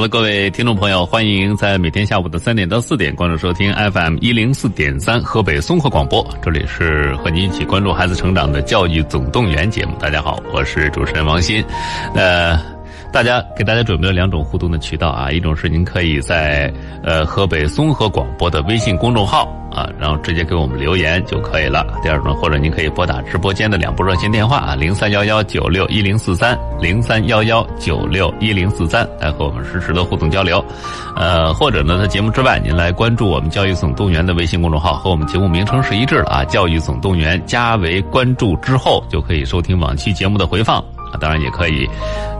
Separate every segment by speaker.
Speaker 1: 了，各位听众朋友，欢迎在每天下午的三点到四点关注收听 FM 一零四点三河北综合广播，这里是和您一起关注孩子成长的教育总动员节目。大家好，我是主持人王鑫。呃，大家给大家准备了两种互动的渠道啊，一种是您可以在呃河北综合广播的微信公众号啊，然后直接给我们留言就可以了。第二种，或者您可以拨打直播间的两部热线电话啊，零三幺幺九六一零四三，零三幺幺九六一零四三，来和我们实时的互动交流。呃，或者呢，在节目之外，您来关注我们教育总动员的微信公众号，和我们节目名称是一致的啊，教育总动员加为关注之后，就可以收听往期节目的回放。啊，当然也可以，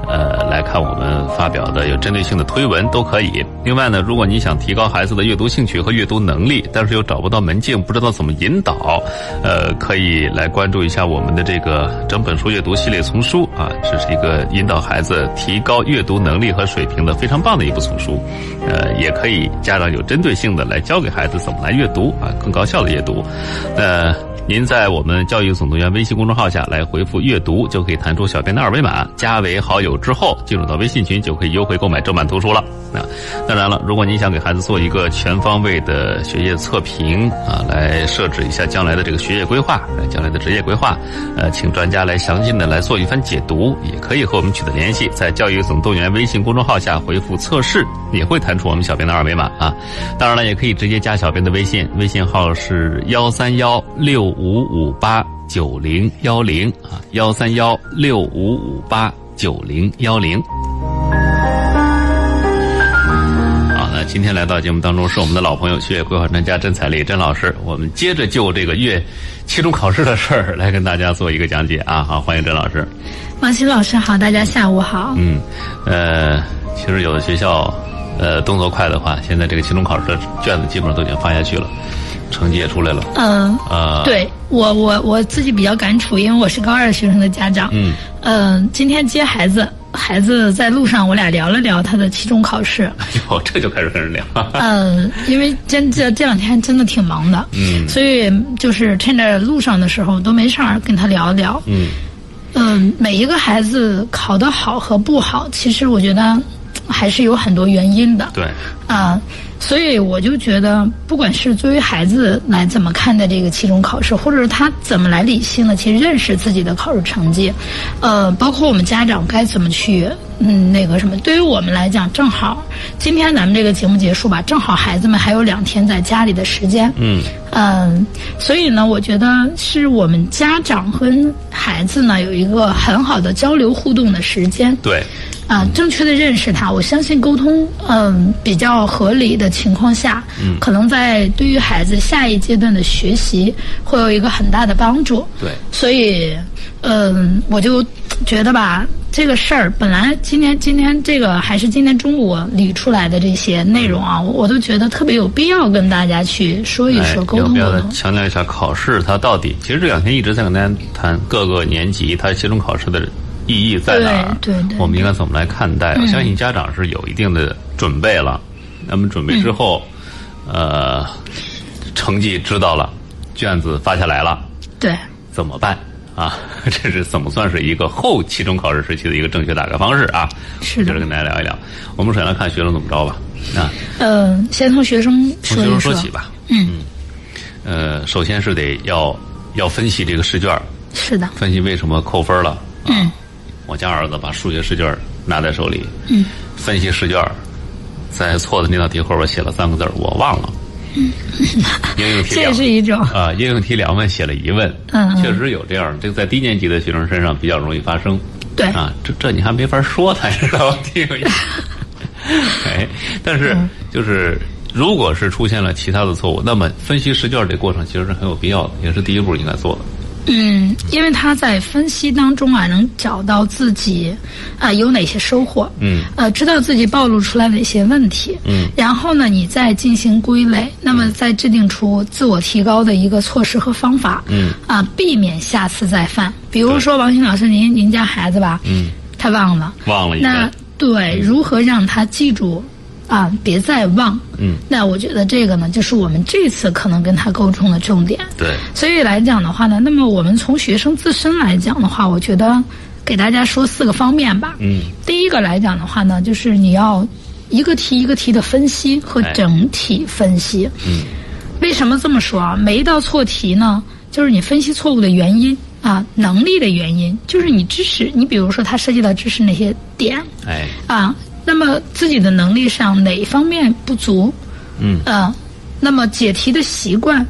Speaker 1: 呃，来看我们发表的有针对性的推文都可以。另外呢，如果你想提高孩子的阅读兴趣和阅读能力，但是又找不到门径，不知道怎么引导，呃，可以来关注一下我们的这个整本书阅读系列丛书啊，这是一个引导孩子提高阅读能力和水平的非常棒的一部丛书。呃，也可以家长有针对性的来教给孩子怎么来阅读啊，更高效的阅读。呃。您在我们教育总动员微信公众号下来回复“阅读”，就可以弹出小编的二维码，加为好友之后，进入到微信群就可以优惠购买正版图书了。啊，当然了，如果您想给孩子做一个全方位的学业测评啊，来设置一下将来的这个学业规划，呃将来的职业规划，呃，请专家来详尽的来做一番解读，也可以和我们取得联系，在教育总动员微信公众号下回复“测试”，也会弹出我们小编的二维码啊。当然了，也可以直接加小编的微信，微信号是幺三幺六五五八九零幺零啊，幺三幺六五五八九零幺零。好，那今天来到节目当中是我们的老朋友学业规划专家甄彩丽甄老师，我们接着就这个月期中考试的事儿来跟大家做一个讲解啊。 好，欢迎甄老师。
Speaker 2: 王鑫老师好，大家下午好。
Speaker 1: 嗯，呃，其实有的学校，呃，动作快的话，现在这个期中考试的卷子基本上都已经发下去了，成绩也出来了。
Speaker 2: 嗯、
Speaker 1: 啊，，
Speaker 2: 对我我我自己比较感触，因为我是高二学生的家长。
Speaker 1: 嗯
Speaker 2: 嗯、今天接孩子，孩子在路上，我俩聊了聊他的期中 考试。
Speaker 1: 哎呦，这就开始跟人聊。
Speaker 2: 嗯，因为真这这两天真的挺忙的，
Speaker 1: 嗯
Speaker 2: 所以就是趁着路上的时候都没事儿跟他聊一聊。
Speaker 1: 嗯
Speaker 2: 嗯，每一个孩子考得好和不好，其实我觉得嗯还是有很多原因的。
Speaker 1: 对，
Speaker 2: 啊，所以我就觉得，不管是作为孩子来怎么看待这个期中考试，或者是他怎么来理性的去认识自己的考试成绩，呃，包括我们家长该怎么去，嗯，那个什么，对于我们来讲，正好今天咱们这个节目结束吧，正好孩子们还有两天在家里的时间，
Speaker 1: 嗯
Speaker 2: 嗯，所以呢，我觉得是我们家长和孩子呢有一个很好的交流互动的时间，
Speaker 1: 对，
Speaker 2: 啊，正确的认识它，我相信沟通，嗯，比较合理的情况下，嗯，可能在对于孩子下一阶段的学习会有一个很大的帮助。
Speaker 1: 对
Speaker 2: 所以，嗯，我就觉得吧，这个事儿本来今天今天这个还是今天中午我理出来的这些内容啊，我都觉得特别有必要跟大家去说一
Speaker 1: 嗯哎
Speaker 2: 说，沟
Speaker 1: 要
Speaker 2: 通
Speaker 1: 不
Speaker 2: 沟
Speaker 1: 要再
Speaker 2: 通。
Speaker 1: 强调一下考试它到底？其实这两天一直在跟大家谈各个年级它期中考试的意义在哪儿，
Speaker 2: 对对对嗯
Speaker 1: 我们应该怎么来看待？我相信家长是有一定的准备了，那么准备
Speaker 2: 嗯
Speaker 1: 之后，呃，成绩知道了，卷子发下来了，
Speaker 2: 对，
Speaker 1: 怎么办？啊， 这是怎么算是一个后期中考试时期的一个正确打开方式啊？
Speaker 2: 是
Speaker 1: 接
Speaker 2: 的
Speaker 1: 着跟大家聊一聊。我们首先来看学生怎么着吧。啊，
Speaker 2: 嗯，先从学生
Speaker 1: 从
Speaker 2: 说
Speaker 1: 学
Speaker 2: 一
Speaker 1: 生说起吧。
Speaker 2: 嗯，
Speaker 1: 呃，首先是得要要分析这个试卷儿，
Speaker 2: 是的，
Speaker 1: 分析为什么扣分了。啊
Speaker 2: 嗯
Speaker 1: 我家儿子把数学试卷儿拿在手里，
Speaker 2: 嗯，
Speaker 1: 分析试卷儿，在错的那道题后边写了三个字儿，我忘了。
Speaker 2: 嗯
Speaker 1: 应 用题
Speaker 2: 这
Speaker 1: 两
Speaker 2: 也是一种。
Speaker 1: 啊，应用题两问写了疑问，
Speaker 2: 嗯嗯
Speaker 1: 确实有这样，这个在低年级的学生身上比较容易发生。
Speaker 2: 对
Speaker 1: 啊，这这你还没法说他，知道吧？挺 有意思。哎，但是
Speaker 2: 嗯
Speaker 1: 就是。如果是出现了其他的错误，那么分析试卷这过程其实是很有必要的，也是第一步应该做的。
Speaker 2: 嗯，因为他在分析当中啊，能找到自己啊、有哪些收获，
Speaker 1: 嗯，
Speaker 2: 呃，知道自己暴露出来哪些问题，
Speaker 1: 嗯，
Speaker 2: 然后呢，你再进行归类，那么再制定出自我提高的一个措施和方法，
Speaker 1: 嗯，
Speaker 2: 啊、避免下次再犯。比
Speaker 1: 对
Speaker 2: 如说王鑫老师，您您家孩子吧，
Speaker 1: 嗯，
Speaker 2: 他忘了，
Speaker 1: 忘了一
Speaker 2: 那
Speaker 1: 个，
Speaker 2: 对，如何让他记住啊、别再忘。
Speaker 1: 嗯，
Speaker 2: 那我觉得这个呢，就是我们这次可能跟他沟通的重点。
Speaker 1: 对，
Speaker 2: 所以来讲的话呢，那么我们从学生自身来讲的话，我觉得给大家说四个方面吧。
Speaker 1: 嗯
Speaker 2: 第一个来讲的话呢，就是你要一个题一个题的分析和
Speaker 1: 哎
Speaker 2: 整体分析。
Speaker 1: 嗯，
Speaker 2: 为什么这么说啊？每一道错题呢，就是你分析错误的原因啊，能力的原因，就是你知识，你比如说它涉及到知识哪些点
Speaker 1: 哎，
Speaker 2: 啊，那么自己的能力上哪一方面不足，
Speaker 1: 嗯
Speaker 2: 啊，那么解题的习惯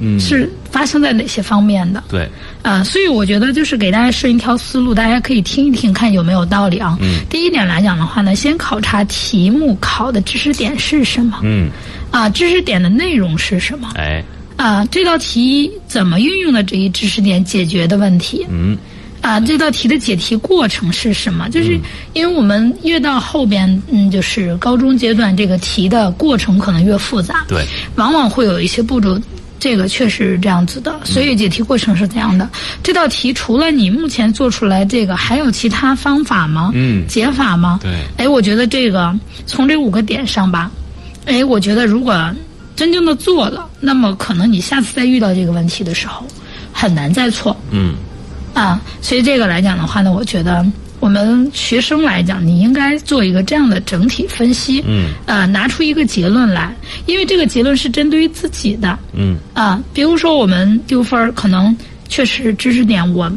Speaker 1: 嗯，
Speaker 2: 是发生在哪些方面的？
Speaker 1: 对，
Speaker 2: 啊，所以我觉得就是给大家设一条思路，大家可以听一听，看有没有道理啊。
Speaker 1: 嗯
Speaker 2: 第一点来讲的话呢，先考察题目考的知识点是什么，
Speaker 1: 嗯，
Speaker 2: 啊，知识点的内容是什么，
Speaker 1: 哎，
Speaker 2: 啊，这道题怎么运用的这一知识点解决的问题，
Speaker 1: 嗯，
Speaker 2: 啊，这道题的解题过程是什么？就是因为我们越到后边，嗯，就是高中阶段，这个题的过程可能越复杂，
Speaker 1: 对，
Speaker 2: 往往会有一些步骤，这个确实是这样子的。所
Speaker 1: 嗯
Speaker 2: 以解题过程是这样的。这道题除了你目前做出来这个，还有其他方法吗？
Speaker 1: 嗯
Speaker 2: 解法吗？
Speaker 1: 对
Speaker 2: 哎，我觉得这个从这五个点上吧，哎，我觉得如果真正的做了，那么可能你下次再遇到这个问题的时候，很难再错。
Speaker 1: 嗯，
Speaker 2: 啊，所以这个来讲的话呢，我觉得我们学生来讲，你应该做一个这样的整体分析，
Speaker 1: 嗯，
Speaker 2: 呃，拿出一个结论来，因为这个结论是针对于自己的，
Speaker 1: 嗯，
Speaker 2: 啊，比如说我们丢分儿，可能确实知识点我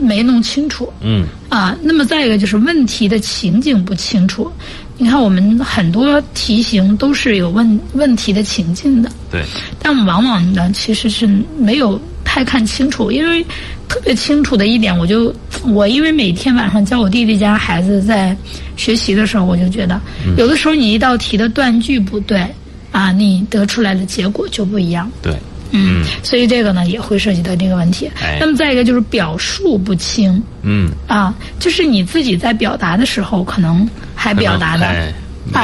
Speaker 2: 没弄清楚，
Speaker 1: 嗯，
Speaker 2: 啊，那么再一个就是问题的情景不清楚，你看我们很多题型都是有问问题的情境的，
Speaker 1: 对，
Speaker 2: 但往往呢，其实是没有太看清楚，因为特别清楚的一点，我就我因为每天晚上教我弟弟家孩子在学习的时候，我就觉得，有的时候你一道题的断句不对啊，你得出来的结果就不一样。
Speaker 1: 对，
Speaker 2: 嗯，所以这个呢也会涉及到这个问题
Speaker 1: 哎。
Speaker 2: 那么再一个就是表述不清
Speaker 1: 嗯，
Speaker 2: 啊，就是你自己在表达的时候，可能还表达的啊
Speaker 1: 哎，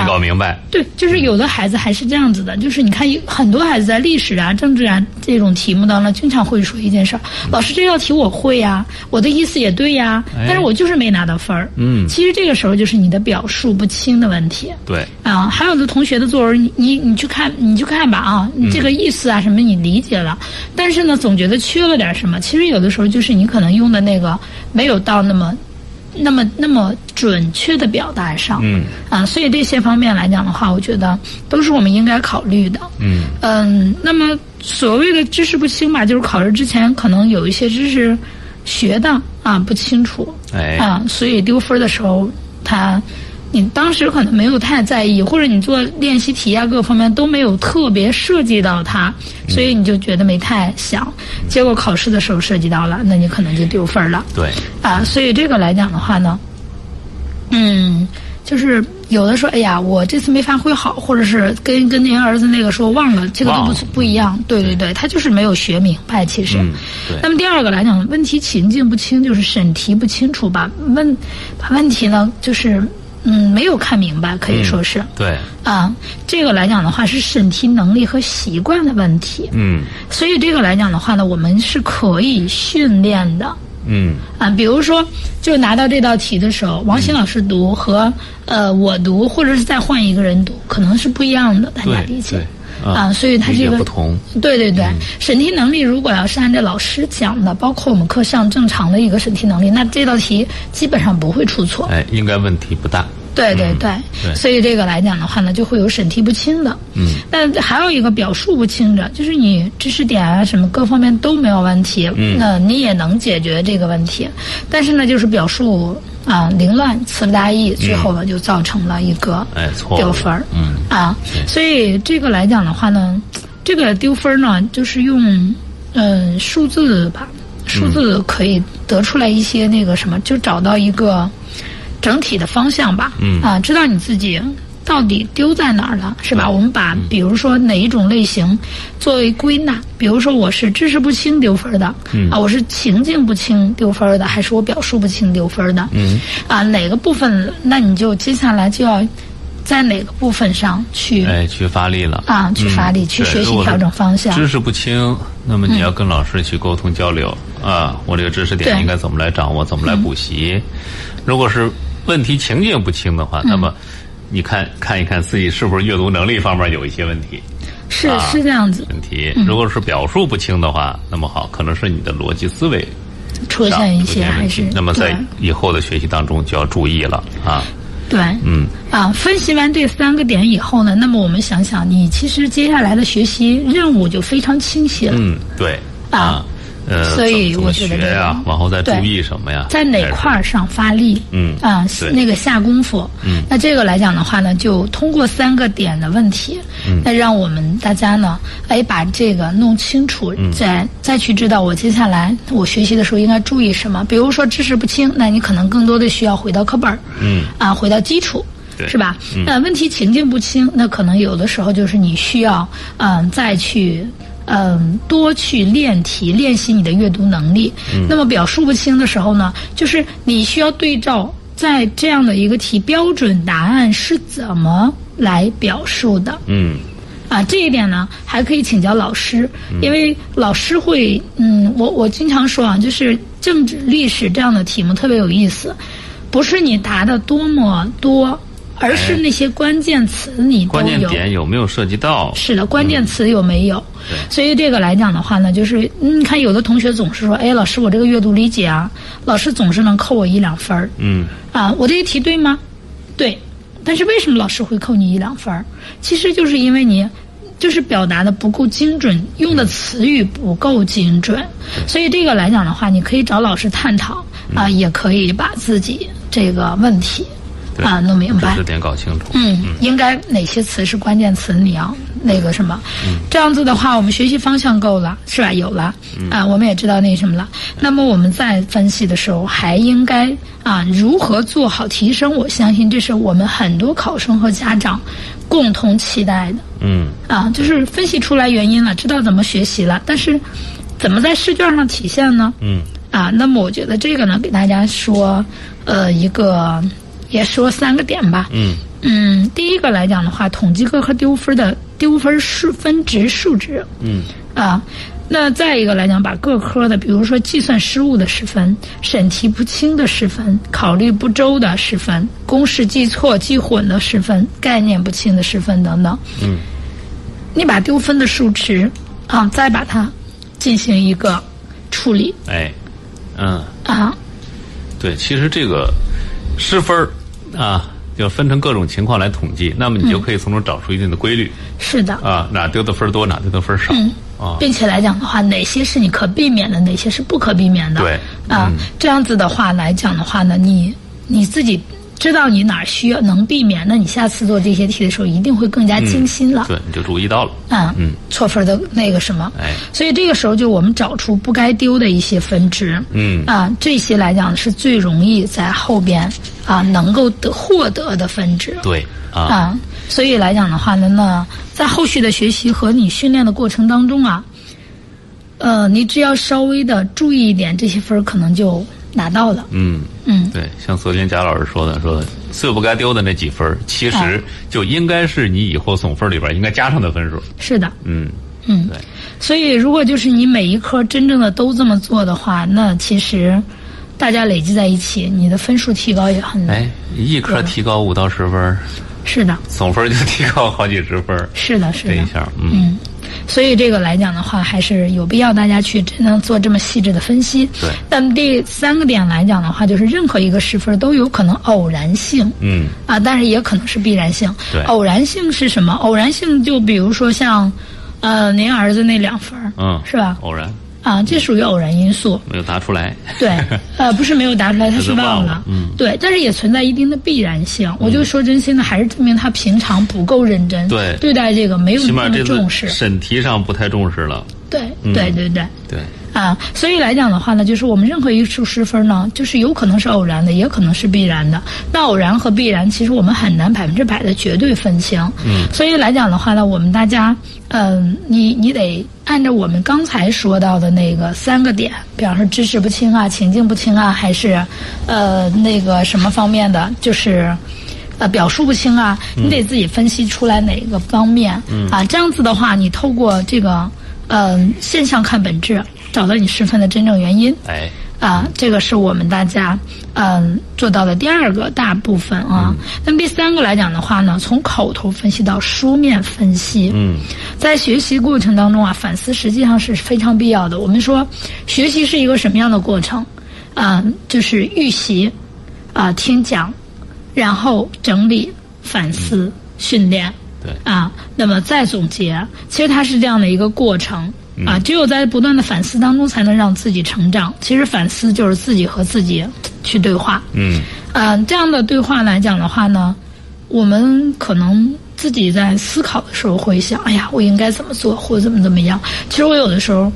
Speaker 1: 没搞明白，
Speaker 2: 对，就是有的孩子还是这样子的，就是你看有很多孩子在历史啊、政治啊这种题目当中，经常会说一件事儿：老师这道题我会呀、我的意思也对呀、
Speaker 1: 嗯哎
Speaker 2: 但是我就是没拿到分儿。
Speaker 1: 嗯
Speaker 2: 其实这个时候就是你的表述不清的问题。
Speaker 1: 对，
Speaker 2: 啊，还有的同学的作文，你你你去看，你去看吧啊，
Speaker 1: 嗯
Speaker 2: 你这个意思啊什么你理解了，但是呢，总觉得缺了点什么。其实有的时候就是你可能用的那个没有到那么。那么那么准确的表达上，
Speaker 1: 嗯
Speaker 2: 啊，所以这些方面来讲的话，我觉得都是我们应该考虑的。
Speaker 1: 嗯，
Speaker 2: 嗯，那么所谓的知识不清吧，就是考试之前可能有一些知识学的啊不清楚，
Speaker 1: 哎，
Speaker 2: 啊，所以丢分儿的时候，他你当时可能没有太在意，或者你做练习题啊各方面都没有特别涉及到它，
Speaker 1: 嗯
Speaker 2: 所以你就觉得没太想。结果考试的时候涉及到了，那你可能就丢分儿了
Speaker 1: 对，
Speaker 2: 啊。所以这个来讲的话呢，嗯。就是有的说，哎呀，我这次没发挥好，或者是跟跟您儿子那个说忘了，这个都
Speaker 1: 忘
Speaker 2: 不
Speaker 1: 了
Speaker 2: 不一样。对对对，他就是没有学明白，其实。
Speaker 1: 嗯，
Speaker 2: 那
Speaker 1: 对，
Speaker 2: 么第二个来讲，问题情境不清，就是审题不清楚吧？问把问题呢，就是嗯没有看明白，可以说是、
Speaker 1: 对，
Speaker 2: 啊，这个来讲的话是审题能力和习惯的问题。
Speaker 1: 嗯，
Speaker 2: 所以这个来讲的话呢，我们是可以训练的
Speaker 1: 嗯，
Speaker 2: 啊。比如说，就拿到这道题的时候，王鑫老师读和呃我读，或者是再换一个人读，可能是不一样的，大家
Speaker 1: 对，
Speaker 2: 理解
Speaker 1: 对，
Speaker 2: 啊。所以它
Speaker 1: 理
Speaker 2: 这
Speaker 1: 解
Speaker 2: 个
Speaker 1: 不同，
Speaker 2: 对对
Speaker 1: 嗯
Speaker 2: 对，审题能力如果要是按照老师讲的，包括我们课上正常的一个审题能力，那这道题基本上不会出错。
Speaker 1: 哎，应该问题不大，
Speaker 2: 对对对，
Speaker 1: 对
Speaker 2: 所以这个来讲的话呢，就会有审题不清的。
Speaker 1: 嗯，
Speaker 2: 但还有一个表述不清的，就是你知识点啊什么各方面都没有问题，
Speaker 1: 嗯
Speaker 2: 那你也能解决这个问题。但是呢，就是表述啊、凌乱、词不达意，
Speaker 1: 嗯
Speaker 2: 最后呢就造成了一个
Speaker 1: 哎，错，
Speaker 2: 丢分儿。
Speaker 1: 嗯，
Speaker 2: 啊，所以这个来讲的话呢，这个丢分儿呢，就是用嗯、呃数字吧，数字可以得出来一些那个什么，就找到一个整体的方向吧。
Speaker 1: 嗯
Speaker 2: 啊，知道你自己。到底丢在哪儿了，是
Speaker 1: 嗯
Speaker 2: 吧？我们把比如说哪一种类型作为归纳，比如说我是知识不清丢分儿的，
Speaker 1: 嗯
Speaker 2: 啊，我是情境不清丢分儿的，还是我表述不清丢分儿的？
Speaker 1: 嗯，
Speaker 2: 啊，哪个部分？那你就接下来就要在哪个部分上去、
Speaker 1: 哎，去发力了。
Speaker 2: 嗯啊，去发力，去
Speaker 1: 对
Speaker 2: 学
Speaker 1: 如
Speaker 2: 习
Speaker 1: 果
Speaker 2: 调整方向。
Speaker 1: 知识不清，那么你要跟老师去沟通交流、啊，我这个知识点
Speaker 2: 嗯对嗯
Speaker 1: 应该怎么来掌握，怎么来补习。如果是问题情境不清的话，那么你看看一看自己是不是阅读能力方面有一些问题。
Speaker 2: 是
Speaker 1: 啊
Speaker 2: 是这样子，
Speaker 1: 问题
Speaker 2: 嗯
Speaker 1: 如果是表述不清的话，那么好，可能是你的逻辑思维
Speaker 2: 出
Speaker 1: 上
Speaker 2: 现一
Speaker 1: 出
Speaker 2: 些
Speaker 1: 现问
Speaker 2: 还是
Speaker 1: 题。那么在
Speaker 2: 对
Speaker 1: 以后的学习当中就要注意了啊。
Speaker 2: 对，
Speaker 1: 嗯，
Speaker 2: 啊，分析完这三个点以后呢，那么我们想想，你其实接下来的学习任务就非常清晰了。
Speaker 1: 嗯，对
Speaker 2: 啊
Speaker 1: 啊，呃，
Speaker 2: 所以
Speaker 1: 怎么
Speaker 2: 我
Speaker 1: 怎
Speaker 2: 觉
Speaker 1: 么
Speaker 2: 得
Speaker 1: 学
Speaker 2: 这
Speaker 1: 呀
Speaker 2: 个，
Speaker 1: 往后再注
Speaker 2: 对
Speaker 1: 意什么呀？
Speaker 2: 在哪块
Speaker 1: 儿？
Speaker 2: 儿上发力？
Speaker 1: 啊嗯
Speaker 2: 啊
Speaker 1: 对，
Speaker 2: 那个下功夫。
Speaker 1: 嗯
Speaker 2: 那这个来讲的话呢，就通过三个点的问题，嗯，那让我们大家呢，哎，把这个弄清楚，
Speaker 1: 嗯
Speaker 2: 再再去知道我接下来我学习的时候应该注意什么。比如说知识不清，那你可能更多的需要回到课本儿，
Speaker 1: 嗯，
Speaker 2: 啊，回到基础。
Speaker 1: 对嗯
Speaker 2: 是吧？那问题情境不清，那可能有的时候就是你需要，嗯、再去，嗯、多去练题，练习你的阅读能力。
Speaker 1: 嗯
Speaker 2: 那么表述不清的时候呢，就是你需要对照在这样的一个题标准答案是怎么来表述的。
Speaker 1: 嗯，
Speaker 2: 啊，这一点呢，还可以请教老师，因为老师会，嗯，我我经常说啊，就是政治、历史这样的题目特别有意思，不是你答的多么多，而是那些关键词你
Speaker 1: 哎
Speaker 2: 都
Speaker 1: 关键
Speaker 2: 有。
Speaker 1: 点有没有涉及到？
Speaker 2: 是的，关键词有没有？
Speaker 1: 对
Speaker 2: 所以这个来讲的话呢，就是嗯，看有的同学总是说，哎，老师，我这个阅读理解啊，老师总是能扣我一两分儿。
Speaker 1: 嗯，
Speaker 2: 啊，我这个题对吗？对，但是为什么老师会扣你一两分儿？其实就是因为你就是表达的不够精准，用的词语不够精准，所以这个来讲的话，你可以找老师探讨啊，也可以把自己这个问题
Speaker 1: 对
Speaker 2: 啊弄明
Speaker 1: 知
Speaker 2: 白
Speaker 1: 识。点搞 清楚。
Speaker 2: 嗯，应该哪些词是关键词？你要那个什么，这样子的话，我们学习方向够了，是吧？有了啊，我们也知道那什么了。那么我们在分析的时候，还应该啊，如何做好提升？我相信这是我们很多考生和家长共同期待的。
Speaker 1: 嗯，
Speaker 2: 啊，就是分析出来原因了，知道怎么学习了，但是怎么在试卷上体现呢？
Speaker 1: 嗯，
Speaker 2: 啊，那么我觉得这个呢，给大家说，呃，一个也说三个点吧。
Speaker 1: 嗯
Speaker 2: 嗯，第一个来讲的话，统计各科丢分的丢分数分值数值。
Speaker 1: 嗯，
Speaker 2: 啊。那再一个来讲，把各科的，比如说计算失误的失分、审题不清的失分、考虑不周的失分、公式记错、记混的失分、概念不清的失分等等，你把丢分的数值啊，再把它进行一个处理
Speaker 1: 哎，嗯，
Speaker 2: 啊，
Speaker 1: 对，其实这个失分儿啊，要分成各种情况来统计，那么
Speaker 2: 嗯
Speaker 1: 你就可以从中找出一定的规律
Speaker 2: 是的，
Speaker 1: 啊，哪丢的分儿多，哪丢的分儿少
Speaker 2: 嗯
Speaker 1: 啊。
Speaker 2: 并且来讲的话，哪些是你可避免的，哪些是不可避免的，
Speaker 1: 对嗯
Speaker 2: 啊，这样子的话来讲的话呢，你你自己知道你哪儿需要能避免，那你下次做这些题的时候一定会更加精心了。
Speaker 1: 对，你就注意到了。
Speaker 2: 啊，
Speaker 1: 嗯，
Speaker 2: 错分的那个什么，
Speaker 1: 哎
Speaker 2: 所以这个时候就我们找出不该丢的一些分值，
Speaker 1: 嗯
Speaker 2: 啊，这些来讲是最容易在后边啊能够得获得的分值，
Speaker 1: 对啊，
Speaker 2: 啊，所以来讲的话呢，那在后续的学习和你训练的过程当中啊，呃，你只要稍微的注意一点，这些分儿可能就拿到了，
Speaker 1: 嗯。
Speaker 2: 嗯，
Speaker 1: 对，像昨天贾老师说的，说最不该丢的那几分儿，其实
Speaker 2: 哎
Speaker 1: 就应该是你以后总分儿里边儿应该加上的分数。
Speaker 2: 是的，
Speaker 1: 嗯，
Speaker 2: 嗯
Speaker 1: 对，
Speaker 2: 所以如果就是你每一科真正的都这么做的话，那其实大家累积在一起，你的分数提高也很难。
Speaker 1: 哎，一科提高五到十分儿，
Speaker 2: 是的，
Speaker 1: 总分儿就提高好几十分儿。
Speaker 2: 是的，是
Speaker 1: 这一
Speaker 2: 的。
Speaker 1: 下，嗯，
Speaker 2: 所以这个来讲的话，还是有必要大家去真正做这么细致的分析。
Speaker 1: 对
Speaker 2: 那么第三个点来讲的话，就是任何一个失分都有可能偶然性。
Speaker 1: 嗯，
Speaker 2: 啊，但是也可能是必然性。
Speaker 1: 对
Speaker 2: 偶然性是什么？偶然性就比如说像，呃，您儿子那两分儿，
Speaker 1: 嗯
Speaker 2: 是吧？
Speaker 1: 偶然
Speaker 2: 啊，这属于偶然因素。
Speaker 1: 没有答出来。
Speaker 2: 对， 呃，不是没有答出来，他
Speaker 1: 是
Speaker 2: 是忘
Speaker 1: 忘
Speaker 2: 了
Speaker 1: 了。嗯，
Speaker 2: 对，但是也存在一定的必然性。我就说真心的，还是证明他平常不够认真，
Speaker 1: 对
Speaker 2: 对待这个没有
Speaker 1: 起
Speaker 2: 那
Speaker 1: 码
Speaker 2: 么
Speaker 1: 这
Speaker 2: 重
Speaker 1: 次嗯
Speaker 2: 视。
Speaker 1: 审题上不太重视了。
Speaker 2: 对，对，对，对。
Speaker 1: 对，
Speaker 2: 啊，所以来讲的话呢，就是我们任何一处失分呢，就是有可能是偶然的，也可能是必然的。那偶然和必然，其实我们很难百分之百的绝对分清。嗯，所以来讲的话呢，我们大家，嗯、你你得按照我们刚才说到的那个三个点，比方说知识不清啊、情境不清啊，还是，呃，那个什么方面的，就是。呃，表述不清啊，你得自己分析出来哪个方面、啊。这样子的话，你透过这个嗯、现象看本质，找到你失分的真正原因
Speaker 1: 哎，
Speaker 2: 啊。这个是我们大家嗯、做到的第二个大部分啊。那么第三个来讲的话呢，从口头分析到书面分析，
Speaker 1: 嗯，
Speaker 2: 在学习过程当中啊，反思实际上是非常必要的。我们说，学习是一个什么样的过程？啊、就是预习，啊、听讲，然后整理、反思、训练。
Speaker 1: 对
Speaker 2: 啊，那么再总结，其实它是这样的一个过程啊。只有在不断的反思当中，才能让自己成长。其实反思就是自己和自己去对话。
Speaker 1: 嗯
Speaker 2: 呃，这样的对话来讲的话呢，我们可能自己在思考的时候会想，哎呀，我应该怎么做，或者怎么怎么样。其实我有的时候。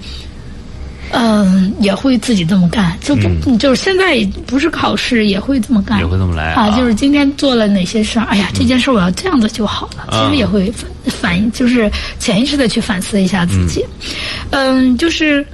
Speaker 2: 嗯，也会自己这么干，就不、就是现在不是考试也会这么干，
Speaker 1: 嗯也会这么来
Speaker 2: 啊
Speaker 1: 啊，
Speaker 2: 就是今天做了哪些事儿，哎呀，这件事儿我要这样子就好了。
Speaker 1: 啊
Speaker 2: 其实也会反反，就是潜意识的去反思一下自己。嗯，就是，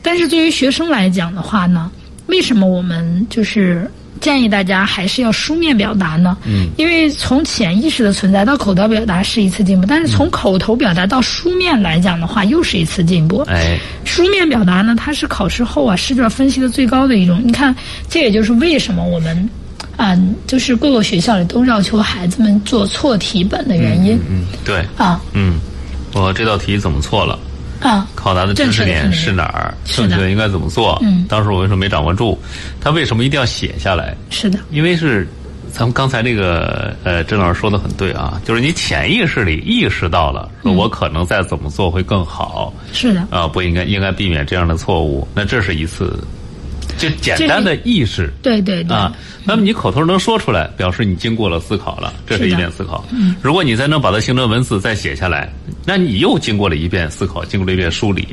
Speaker 2: 但是对于学生来讲的话呢，为什么我们就是建议大家还是要书面表达呢？嗯，因为从潜意识的存在到口头表达是一次进步，但是从口头表达到书面来讲的话，又是一次进步。
Speaker 1: 哎
Speaker 2: 书面表达呢，它是考试后啊试卷分析的最高的一种。你看，这也就是为什么我们，嗯，就是各个学校里都要求孩子们做错题本的原因、
Speaker 1: 嗯对
Speaker 2: 啊
Speaker 1: 嗯，我这道题怎么错了？
Speaker 2: 啊，
Speaker 1: 考察的知识点是哪儿？
Speaker 2: 正确的是哪儿
Speaker 1: 正确的应该怎么做？
Speaker 2: 嗯
Speaker 1: 当时我为什么没掌握住？他为什么一定要写下来？
Speaker 2: 是的，
Speaker 1: 因为是咱们刚才这个呃，郑老师说的很对啊，就是你潜意识里意识到了，说
Speaker 2: 嗯
Speaker 1: 我可能再怎么做会更好
Speaker 2: 是的，
Speaker 1: 啊、不应该应该避免这样的错误。那这是一次，就简单的意识。
Speaker 2: 对对对，
Speaker 1: 啊，那么你口头能说出来，表示你经过了思考了，这是
Speaker 2: 是
Speaker 1: 一
Speaker 2: 的嗯
Speaker 1: 遍思考。如果你再能把它形成文字再写下来，那你又经过了一遍思考，经过了一遍梳理。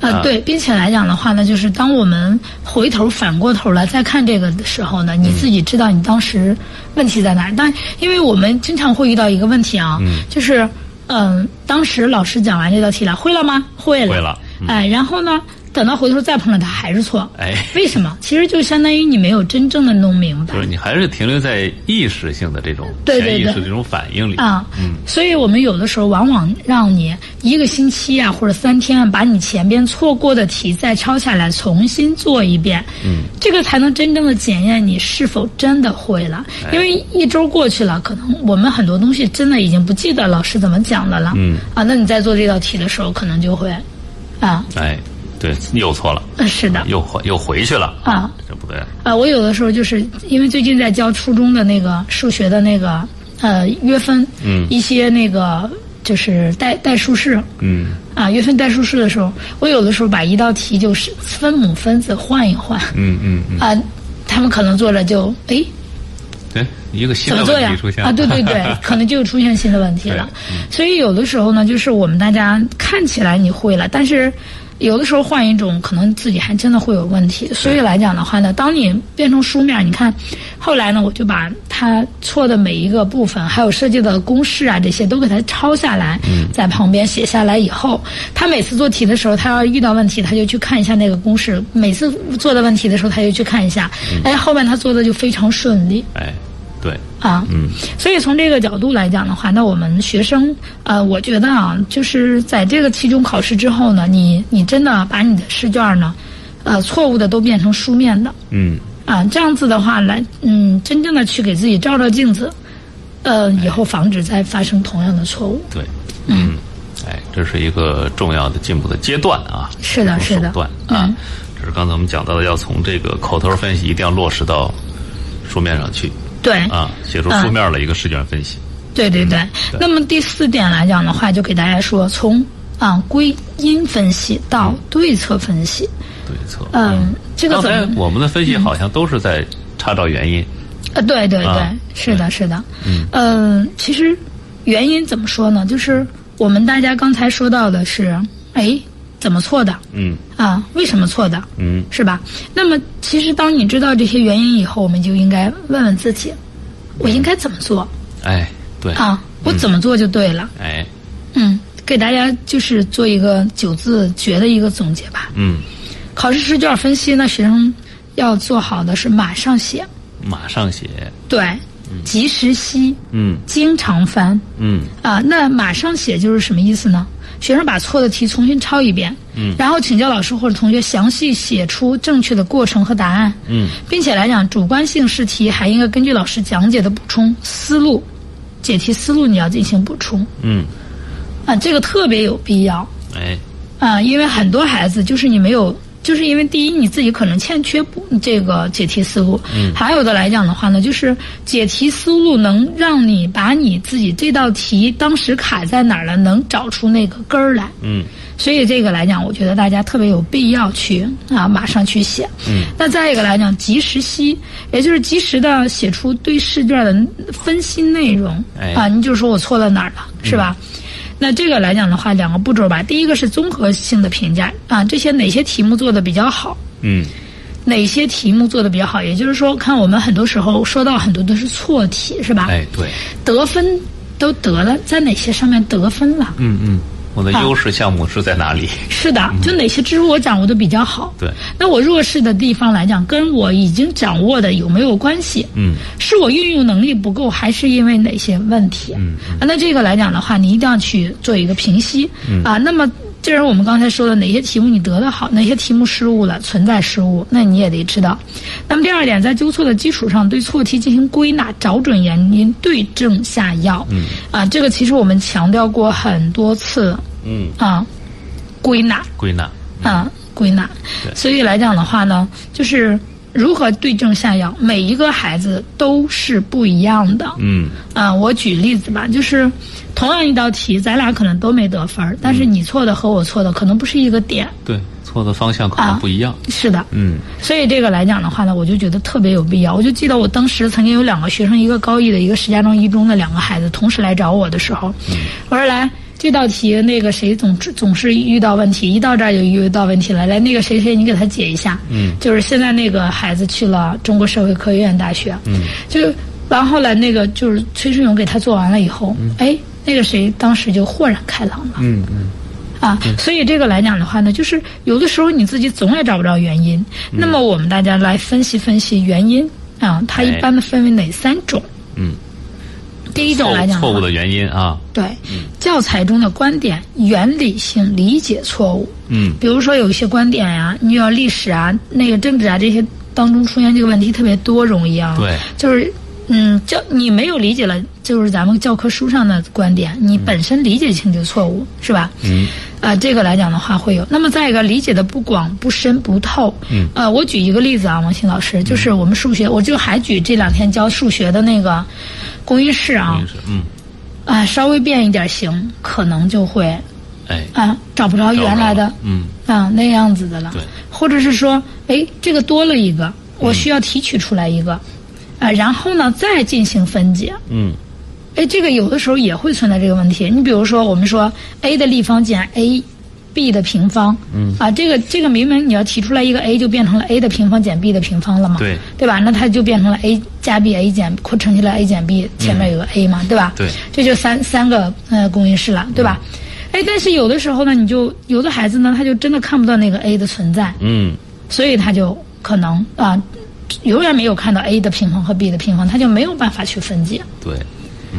Speaker 2: 呃，
Speaker 1: 啊
Speaker 2: 对，并且来讲的话呢，就是当我们回头反过头来再看这个的时候呢，
Speaker 1: 嗯
Speaker 2: 你自己知道你当时问题在哪儿。但因为我们经常会遇到一个问题啊，就是嗯、当时老师讲完这道题了，会了吗？会了，
Speaker 1: 会了嗯
Speaker 2: 哎，然后呢，等到回头再碰了它还是错，
Speaker 1: 哎
Speaker 2: 为什么？其实就相当于你没有真正的弄明白
Speaker 1: 就。是你还是停留在意识性的这种
Speaker 2: 对对
Speaker 1: 潜意识
Speaker 2: 对
Speaker 1: 这种反应里
Speaker 2: 啊，所以我们有的时候往往让你一个星期啊，或者三天啊，把你前边错过的题再抄下来，重新做一遍，嗯，这个才能真正的检验你是否真的会了。因为一周过去了，可能我们很多东西真的已经不记得老师怎么讲的了，嗯，啊，那你在做这道题的时候，可能就会，啊，
Speaker 1: 哎，对，又错了，
Speaker 2: 嗯是的，
Speaker 1: 又回又回去了
Speaker 2: 啊，
Speaker 1: 这不对。
Speaker 2: 啊，我有的时候就是因为最近在教初中的那个数学的那个呃约分，
Speaker 1: 嗯
Speaker 2: 一些那个就是代代数式，
Speaker 1: 嗯
Speaker 2: 啊，约分代数式的时候，我有的时候把一道题就是分母分子换一换，
Speaker 1: 嗯嗯嗯，
Speaker 2: 啊，他们可能做了就哎
Speaker 1: 对，一个新
Speaker 2: 怎么
Speaker 1: 的
Speaker 2: 做
Speaker 1: 问
Speaker 2: 呀
Speaker 1: 题出现？了嗯
Speaker 2: 啊，对对对，可能就出现新的问题了。所以有的时候呢，就是我们大家看起来你会了，但是有的时候换一种，可能自己还真的会有问题。所以来讲的话呢，当你变成书面，你看后来呢，我就把它错的每一个部分，还有设计的公式啊这些都给它抄下来，
Speaker 1: 嗯
Speaker 2: 在旁边写下来以后，他每次做题的时候，他要遇到问题，他就去看一下那个公式；每次做的问题的时候，他就去看一下。
Speaker 1: 嗯
Speaker 2: 哎，后面他做的就非常顺利。
Speaker 1: 哎，对，
Speaker 2: 啊，嗯，所以从这个角度来讲的话，那我们学生，呃，我觉得啊，就是在这个期中考试之后呢，你你真的把你的试卷呢，呃，错误的都变成书面的，
Speaker 1: 嗯，
Speaker 2: 啊，这样子的话，来，嗯，真正的去给自己照照镜子，呃，以后防止再发生同样的错误。
Speaker 1: 对，嗯，哎，这是一个重要的进步的阶段啊，
Speaker 2: 是的
Speaker 1: 一种
Speaker 2: 是的嗯
Speaker 1: 手段啊，这是刚才我们讲到的，要从这个口头分析一定要落实到书面上去
Speaker 2: 对，
Speaker 1: 啊，写出书面的一个试卷分析，
Speaker 2: 对对嗯对。那么第四点来讲的话，就给大家说，从啊归因分析到对策分析，
Speaker 1: 对策。
Speaker 2: 嗯，这个
Speaker 1: 刚
Speaker 2: 怎
Speaker 1: 才
Speaker 2: 么？
Speaker 1: 我们的分析好像都是在查找原因，
Speaker 2: 呃，对对对，
Speaker 1: 啊
Speaker 2: 是的，是的，嗯、其实原因怎么说呢？就是我们大家刚才说到的是，哎，怎么错的
Speaker 1: 嗯
Speaker 2: 啊？为什么错的？
Speaker 1: 嗯，
Speaker 2: 是吧？那么，其实当你知道这些原因以后，我们就应该问问自己，我应该怎么做
Speaker 1: 哎，对，
Speaker 2: 啊？我怎么做就对了。
Speaker 1: 哎，
Speaker 2: 嗯，给大家就是做一个九字诀的一个总结吧。
Speaker 1: 嗯，
Speaker 2: 考试试卷分析呢，学生要做好的是马上写，
Speaker 1: 马上写，
Speaker 2: 对，及时析，
Speaker 1: 嗯
Speaker 2: 经常翻
Speaker 1: 嗯
Speaker 2: 啊、那马上写就是什么意思呢？学生把错的题重新抄一遍，嗯，然后请教老师或者同学详细写出正确的过程和答案，
Speaker 1: 嗯，
Speaker 2: 并且来讲主观性试题还应该根据老师讲解的补充思路，解题思路你要进行补充
Speaker 1: 嗯，
Speaker 2: 啊、这个特别有必要
Speaker 1: 哎，
Speaker 2: 啊、因为很多孩子就是你没有就是因为第一你自己可能欠缺不这个解题思路，嗯，还有的来讲的话呢，就是解题思路能让你把你自己这道题当时卡在哪儿了，能找出那个根儿来，
Speaker 1: 嗯，
Speaker 2: 所以这个来讲，我觉得大家特别有必要去啊，马上去写。嗯，那再一个来讲，及时析，也就是及时的写出对试卷的分析内容。
Speaker 1: 哎
Speaker 2: 啊，你就说我错了哪儿了，是吧？那这个来讲的话，两个步骤吧。第一个是综合性的评价啊，这些哪些题目做的比较好，
Speaker 1: 嗯
Speaker 2: 哪些题目做的比较好，也就是说，看我们很多时候说到很多都是错题，是吧？
Speaker 1: 哎对，
Speaker 2: 得分都得了，在哪些上面得分了？
Speaker 1: 嗯嗯，我的优势项目是在哪里？
Speaker 2: 是的，就哪些知识我掌握的比较好。
Speaker 1: 对，
Speaker 2: 那我弱势的地方来讲，跟我已经掌握的有没有关系？
Speaker 1: 嗯，
Speaker 2: 是我运用能力不够，还是因为哪些问题？嗯，那这个来讲的话，你一定要去做一个评析。嗯啊，那么。正如我们刚才说的，哪些题目你得的好，哪些题目失误了，存在失误，那你也得知道。那么第二点，在纠错的基础上，对错题进行归纳，找准原因，对症下药。嗯，啊，这个其实我们强调过很多次
Speaker 1: 嗯，
Speaker 2: 啊，归纳。
Speaker 1: 归纳，
Speaker 2: 啊，归纳。所以来讲的话呢，就是如何对症下药，每一个孩子都是不一样的。
Speaker 1: 嗯
Speaker 2: 啊，我举例子吧，就是同样一道题，咱俩可能都没得分儿，但是你错的和我错的可能不是一个点。
Speaker 1: 对，错的方向可能
Speaker 2: 啊
Speaker 1: 不一样。
Speaker 2: 是的，
Speaker 1: 嗯
Speaker 2: 所以这个来讲的话呢，我就觉得特别有必要。我就记得我当时曾经有两个学生，一个高一的，一个石家庄一中的两个孩子，同时来找我的时候，我说来这道题那个谁总总是遇到问题，一到这儿就遇到问题了，来那个谁谁你给他解一下。
Speaker 1: 嗯，
Speaker 2: 就是现在那个孩子去了中国社会科学院大学，嗯，就然后后来那个就是崔顺勇给他做完了以后，哎，那个谁当时就豁然开朗了。
Speaker 1: 嗯嗯，
Speaker 2: 啊，所以这个来讲的话呢，就是有的时候你自己总也找不着原因。
Speaker 1: 嗯
Speaker 2: 那么我们大家来分析分析原因啊，它一
Speaker 1: 哎
Speaker 2: 般的分为哪三种？
Speaker 1: 嗯，
Speaker 2: 第一种
Speaker 1: 错
Speaker 2: 来讲话
Speaker 1: 错误的原因啊，
Speaker 2: 对、教材中的观点原理性理解错误，
Speaker 1: 嗯
Speaker 2: 比如说有一些观点呀、你要历史啊、那个政治啊这些当中出现这个问题特别多，容易啊。
Speaker 1: 对，
Speaker 2: 就是。嗯，教你没有理解了，就是咱们教科书上的观点，你本身理解性就错误，是吧？
Speaker 1: 嗯
Speaker 2: 啊，这个来讲的话会有。那么再一个，理解的不广、不深、不透。
Speaker 1: 嗯。
Speaker 2: 呃，我举一个例子啊，王鑫老师，就是我们数学，我就还举这两天教数学的那个公因式啊
Speaker 1: 也，是嗯，
Speaker 2: 啊，稍微变一点形，可能就会
Speaker 1: 哎，
Speaker 2: 啊找不着原来的
Speaker 1: 嗯
Speaker 2: 啊那样子的了
Speaker 1: 对。
Speaker 2: 或者是说，哎，这个多了一个，我需要提取出来一个，啊，然后呢再进行分解。
Speaker 1: 嗯
Speaker 2: 哎，这个有的时候也会存在这个问题。你比如说，我们说 a 的立方减 a，b 的平方，嗯，啊，这个这个明明你要提出来一个 a，就变成了 a 的平方减 b 的平方了嘛，
Speaker 1: 对，
Speaker 2: 对吧？那它就变成了 a 加 b，a 减或乘起来 a 减 b，前面有个 a 嘛，对吧？
Speaker 1: 嗯对嗯
Speaker 2: 这就三三个呃公因式了，对吧？哎，但是有的时候呢，你就有的孩子呢，他就真的看不到那个 a 的存在，
Speaker 1: 嗯
Speaker 2: 所以他就可能啊、永远没有看到 a 的平方和 b 的平方，他就没有办法去分解。
Speaker 1: 对，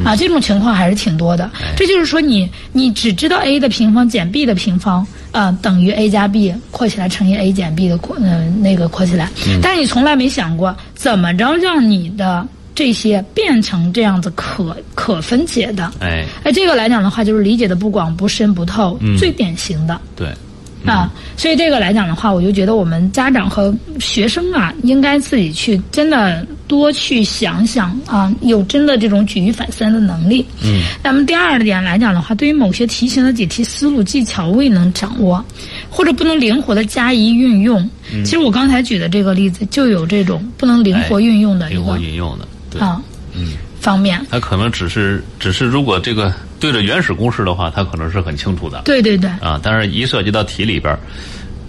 Speaker 2: 啊，这种情况还是挺多的。这就是说你，你只知道 a 的平方减 b 的平方，啊、等于 a 加 b 括起来乘以 a 减 b 的括，嗯、那个括起来，但是你从来没想过怎么着让你的这些变成这样子可可分解的。
Speaker 1: 哎
Speaker 2: 哎，这个来讲的话，就是理解的不广、不深、不透，最典型的。
Speaker 1: 对，
Speaker 2: 啊，所以这个来讲的话，我就觉得我们家长和学生啊，应该自己去真的多去想想啊，有真的这种举一反三的能力。嗯，那么第二点来讲的话，对于某些题型的解题思路技巧未能掌握，或者不能灵活的加以运用，其实我刚才举的这个例子就有这种不能灵活运用的一
Speaker 1: 哎灵活
Speaker 2: 个、
Speaker 1: 引用的，对，
Speaker 2: 啊，方面。
Speaker 1: 他可能只是只是如果这个对着原始公式的话，他可能是很清楚的
Speaker 2: 对对对，
Speaker 1: 啊，但是一涉及到题里边儿，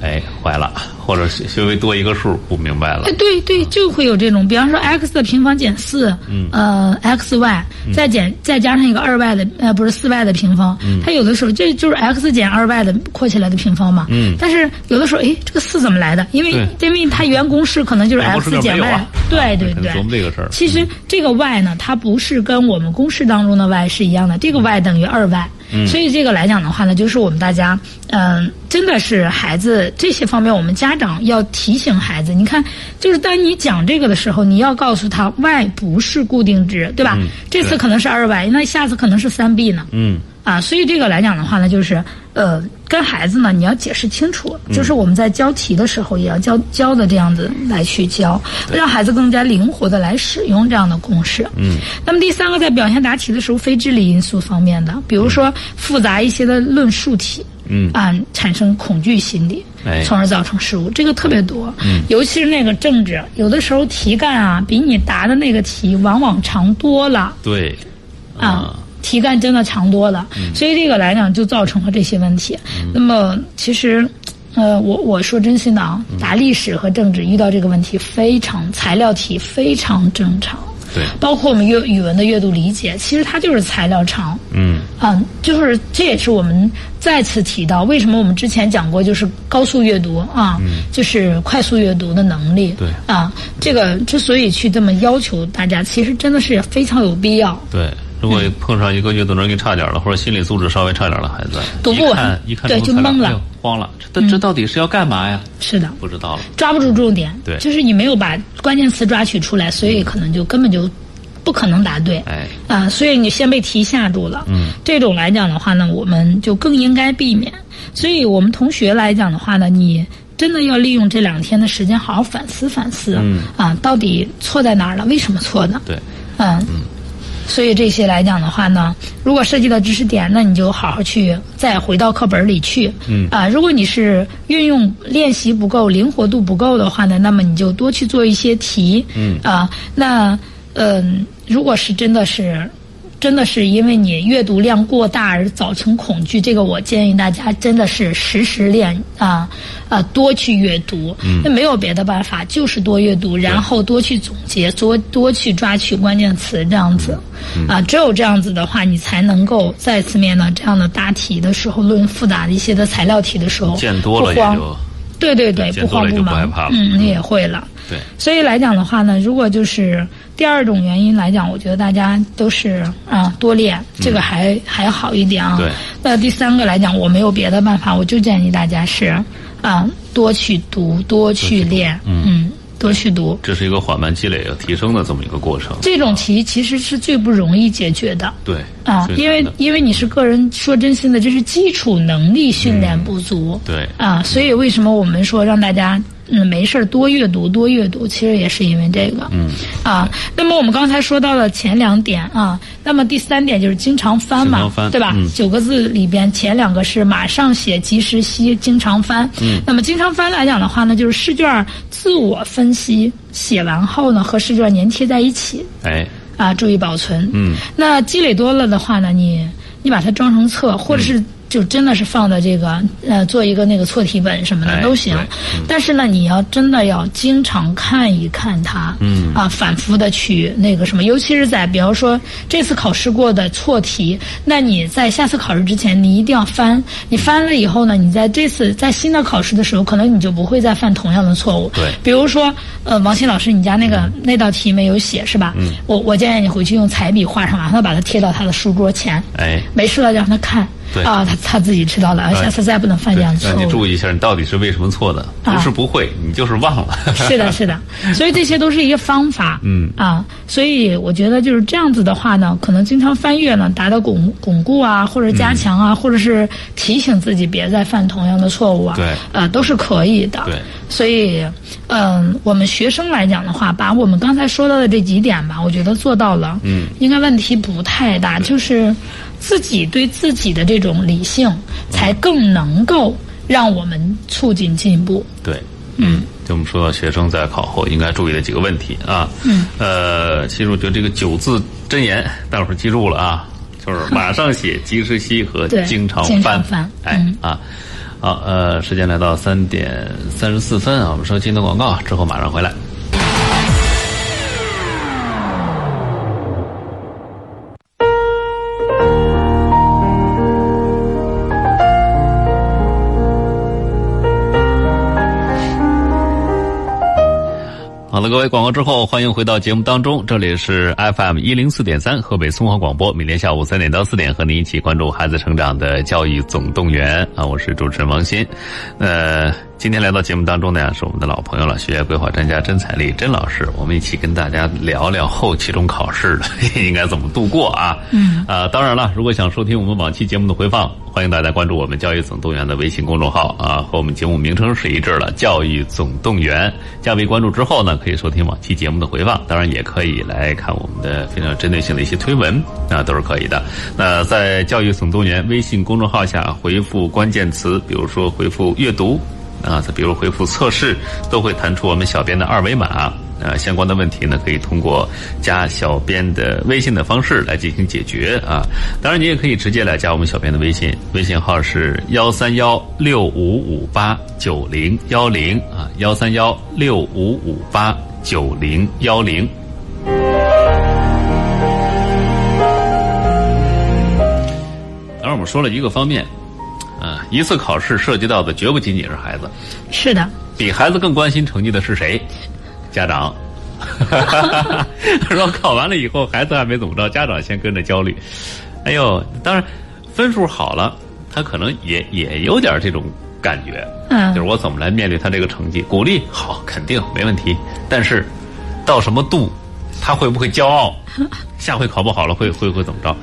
Speaker 1: 哎，坏了，或者是稍微多一个数不明白了
Speaker 2: 哎，，对对，就会有这种，比方说 x 的平方减四，
Speaker 1: 嗯
Speaker 2: 呃，x y 再减再加上一个二 y 的，呃，不是四 y 的平方，
Speaker 1: 嗯
Speaker 2: 它有的时候这就是 x 减二 y 的括起来的平方嘛。
Speaker 1: 嗯
Speaker 2: 但是有的时候，哎，这个四怎么来的？因为
Speaker 1: 对
Speaker 2: 因为它原公式可能就是
Speaker 1: 原公式
Speaker 2: x
Speaker 1: 就
Speaker 2: 减
Speaker 1: 没有
Speaker 2: y，、
Speaker 1: 啊
Speaker 2: 对对
Speaker 1: 可能
Speaker 2: 对。
Speaker 1: 琢磨这个事儿嗯
Speaker 2: 其实这个 y 呢，它不是跟我们公式当中的 y 是一样的，这个 y 等于二 y。所
Speaker 1: 嗯
Speaker 2: 以这个来讲的话呢，就是我们大家，嗯、真的是孩子这些方面，我们家长要提醒孩子。你看，就是当你讲这个的时候，你要告诉他 y 不是固定值，对吧？这次可能是二 y，那下次可能是三 b 呢。
Speaker 1: 嗯
Speaker 2: 啊，所以这个来讲的话呢，就是呃，跟孩子呢，你要解释清楚，就是我们在教题的时候也要教教的这样子来去教，让孩子更加灵活的来使用这样的公式。嗯，那么第三个，在表现答题的时候，非智力因素方面的，比如说复杂一些的论述题，
Speaker 1: 嗯
Speaker 2: 啊，产生恐惧心理
Speaker 1: 哎，
Speaker 2: 从而造成失误，这个特别多。嗯，尤其是那个政治，有的时候题干啊，比你答的那个题往往长多了。
Speaker 1: 对，
Speaker 2: 啊，题干真的长多了，
Speaker 1: 嗯
Speaker 2: 所以这个来讲就造成了这些问题。那么其实。呃，我我说真心的啊，
Speaker 1: 嗯
Speaker 2: 答历史和政治遇到这个问题非常材料题非常正常，
Speaker 1: 对，
Speaker 2: 包括我们阅语文的阅读理解，其实它就是材料长，
Speaker 1: 嗯，
Speaker 2: 嗯，就是这也是我们再次提到，为什么我们之前讲过，就是高速阅读啊，就是快速阅读的能力。
Speaker 1: 嗯对
Speaker 2: 啊，这个之所以去这么要求大家，其实真的是非常有必要。
Speaker 1: 对。如果碰上一个阅读能力差点儿了，或者心理素质稍微差点儿的孩子，
Speaker 2: 读不
Speaker 1: 一
Speaker 2: 完
Speaker 1: 看一看
Speaker 2: 对
Speaker 1: 这
Speaker 2: 就
Speaker 1: 材料
Speaker 2: 懵了嗯
Speaker 1: 哎呦慌了。这这到底是要干嘛呀？
Speaker 2: 是的，
Speaker 1: 不知道了。
Speaker 2: 抓不住重点，
Speaker 1: 对
Speaker 2: 就是你没有把关键词抓取出来，所以可能就根本就不可能答对。
Speaker 1: 哎，
Speaker 2: 啊，所以你先被题吓住了。嗯，这种来讲的话呢，我们就更应该避免。所以我们同学来讲的话呢，你真的要利用这两天的时间，好好反思反思。
Speaker 1: 嗯，
Speaker 2: 啊，到底错在哪儿了？为什么错呢？
Speaker 1: 对，
Speaker 2: 嗯。所以这些来讲的话呢，如果涉及到知识点，那你就好好去再回到课本里去。嗯啊、如果你是运用练习不够、灵活度不够的话呢，那么你就多去做一些题。嗯啊、那嗯、如果是真的是。真的是因为你阅读量过大而造成恐惧，这个我建议大家真的是时时练啊啊多去阅读，
Speaker 1: 嗯
Speaker 2: 那、没有别的办法，就是多阅读，然后多去总结，多多去抓取关键词，这样子、
Speaker 1: 嗯
Speaker 2: 啊，只有这样子的话，你才能够再次面到这样的大题的时候，论复杂的一些的材料题的时候，
Speaker 1: 见多了
Speaker 2: 哦不
Speaker 1: 也
Speaker 2: 慌，
Speaker 1: 就
Speaker 2: 对对对，
Speaker 1: 见
Speaker 2: 不
Speaker 1: 多
Speaker 2: 慌
Speaker 1: 了也就不
Speaker 2: 忙，
Speaker 1: 害怕了
Speaker 2: 嗯，你也会了。
Speaker 1: 对，
Speaker 2: 所以来讲的话呢，如果就是第二种原因来讲，我觉得大家都是啊、多练，这个还、还好一点啊。
Speaker 1: 对。
Speaker 2: 那第三个来讲，我没有别的办法，我就建议大家是啊、多去读，多去练，嗯多去读。
Speaker 1: 这是一个缓慢积累、提升的这么一个过程。
Speaker 2: 这种题其实是最不容易解决的。
Speaker 1: 对
Speaker 2: 啊，
Speaker 1: 最
Speaker 2: 因
Speaker 1: 难
Speaker 2: 为
Speaker 1: 的
Speaker 2: 因为你是个人，说真心的，这是基础能力训练不足。
Speaker 1: 嗯对
Speaker 2: 啊，所以为什么我们说让大家嗯没事儿多阅读多阅读，其实也是因为这个。嗯啊，那么我们刚才说到了前两点啊，那么第三点就是经常翻
Speaker 1: 经
Speaker 2: 嘛
Speaker 1: 常，翻
Speaker 2: 对吧？
Speaker 1: 嗯
Speaker 2: 九个字里边前两个是马上写、及时吸、经常翻。嗯，那么经常翻来讲的话呢，就是试卷自我分析写完后呢，和试卷粘贴在一起。
Speaker 1: 哎，
Speaker 2: 啊，注意保存。
Speaker 1: 嗯，
Speaker 2: 那积累多了的话呢，你你把它装成册，或者是
Speaker 1: 嗯
Speaker 2: 就真的是放在这个呃做一个那个错题本什么
Speaker 1: 哎
Speaker 2: 的都行
Speaker 1: 对。
Speaker 2: 但是呢，你要真的要经常看一看它，嗯啊，反复的去那个什么，尤其是在比方说这次考试过的错题，那你在下次考试之前，你一定要翻。你翻了以后呢，你在这次在新的考试的时候，可能你就不会再犯同样的错误。
Speaker 1: 对
Speaker 2: 比如说，呃，王鑫老师，你家那个、
Speaker 1: 嗯
Speaker 2: 那道题没有写是吧？嗯，我我建议你回去用彩笔画上，然后把它贴到他的书桌前。
Speaker 1: 哎
Speaker 2: 没事了让他看。
Speaker 1: 对哎
Speaker 2: 啊，他他自己知道了，啊下次再不能犯这样的错
Speaker 1: 让你
Speaker 2: 误。
Speaker 1: 注意一下，你到底是为什么错的？
Speaker 2: 啊
Speaker 1: 不是不会，你就是忘了。
Speaker 2: 是的，是的，所以这些都是一个方法。嗯啊，所以我觉得就是这样子的话呢，可能经常翻阅呢，达到巩巩固啊，或者加强啊，或者是提醒自己别再犯同样的错误啊。
Speaker 1: 对
Speaker 2: 呃，都是可以的。
Speaker 1: 对，
Speaker 2: 所以，嗯、我们学生来讲的话，把我们刚才说到的这几点吧，我觉得做到了，嗯，应该问题不太大，就是自己对自己的这种理性，才更能够让我们促进进步。
Speaker 1: 对，嗯，就我们说到学生在考后应该注意的几个问题啊。嗯，呃，其实我觉得这个九字真言，大伙儿记住了啊，就是马上写、及时吸和
Speaker 2: 对
Speaker 1: 经常
Speaker 2: 经
Speaker 1: 翻
Speaker 2: 常。翻嗯
Speaker 1: 哎、啊。好，呃，时间来到三点三十四分啊，我们收新的广告之后马上回来。好的，各位，广告之后欢迎回到节目当中，这里是 FM 一零四点三河北松花广播，每天下午三点到四点和您一起关注孩子成长的教育总动员啊，我是主持人王鑫。呃，今天来到节目当中呢，是我们的老朋友了，学业规划专家甄彩丽甄老师，我们一起跟大家聊聊后期中考试的 应该怎么度过啊。嗯。呃，当然了，如果想收听我们往期节目的回放，欢迎大家关注我们教育总动员的微信公众号啊，和我们节目名称是一致的“教育总动员”。加为关注之后呢，可以收听往期节目的回放，当然也可以来看我们的非常有针对性的一些推文啊，都是可以的。那在“教育总动员”微信公众号下回复关键词，比如说回复阅读。啊，再比如回复测试，都会弹出我们小编的二维码。呃，相关的问题呢，可以通过加小编的微信的方式来进行解决啊。当然，你也可以直接来加我们小编的微信，微信号是幺三幺六五五八九零幺零啊，幺三幺六五五八九零幺零。当然，我们说了一个方面，啊，一次考试涉及到的绝不仅仅是孩子，
Speaker 2: 是的，
Speaker 1: 比孩子更关心成绩的是谁？家 长。说考完了以后，孩子还没怎么着，家长先跟着焦虑。哎呦，当然分数好了，他可能也也有点这种感觉，
Speaker 2: 嗯
Speaker 1: 就是我怎么来面对他这个成绩？鼓励好，肯定没问题，但是到什么度，他会不会骄傲？下回考不好了，会会会怎么着？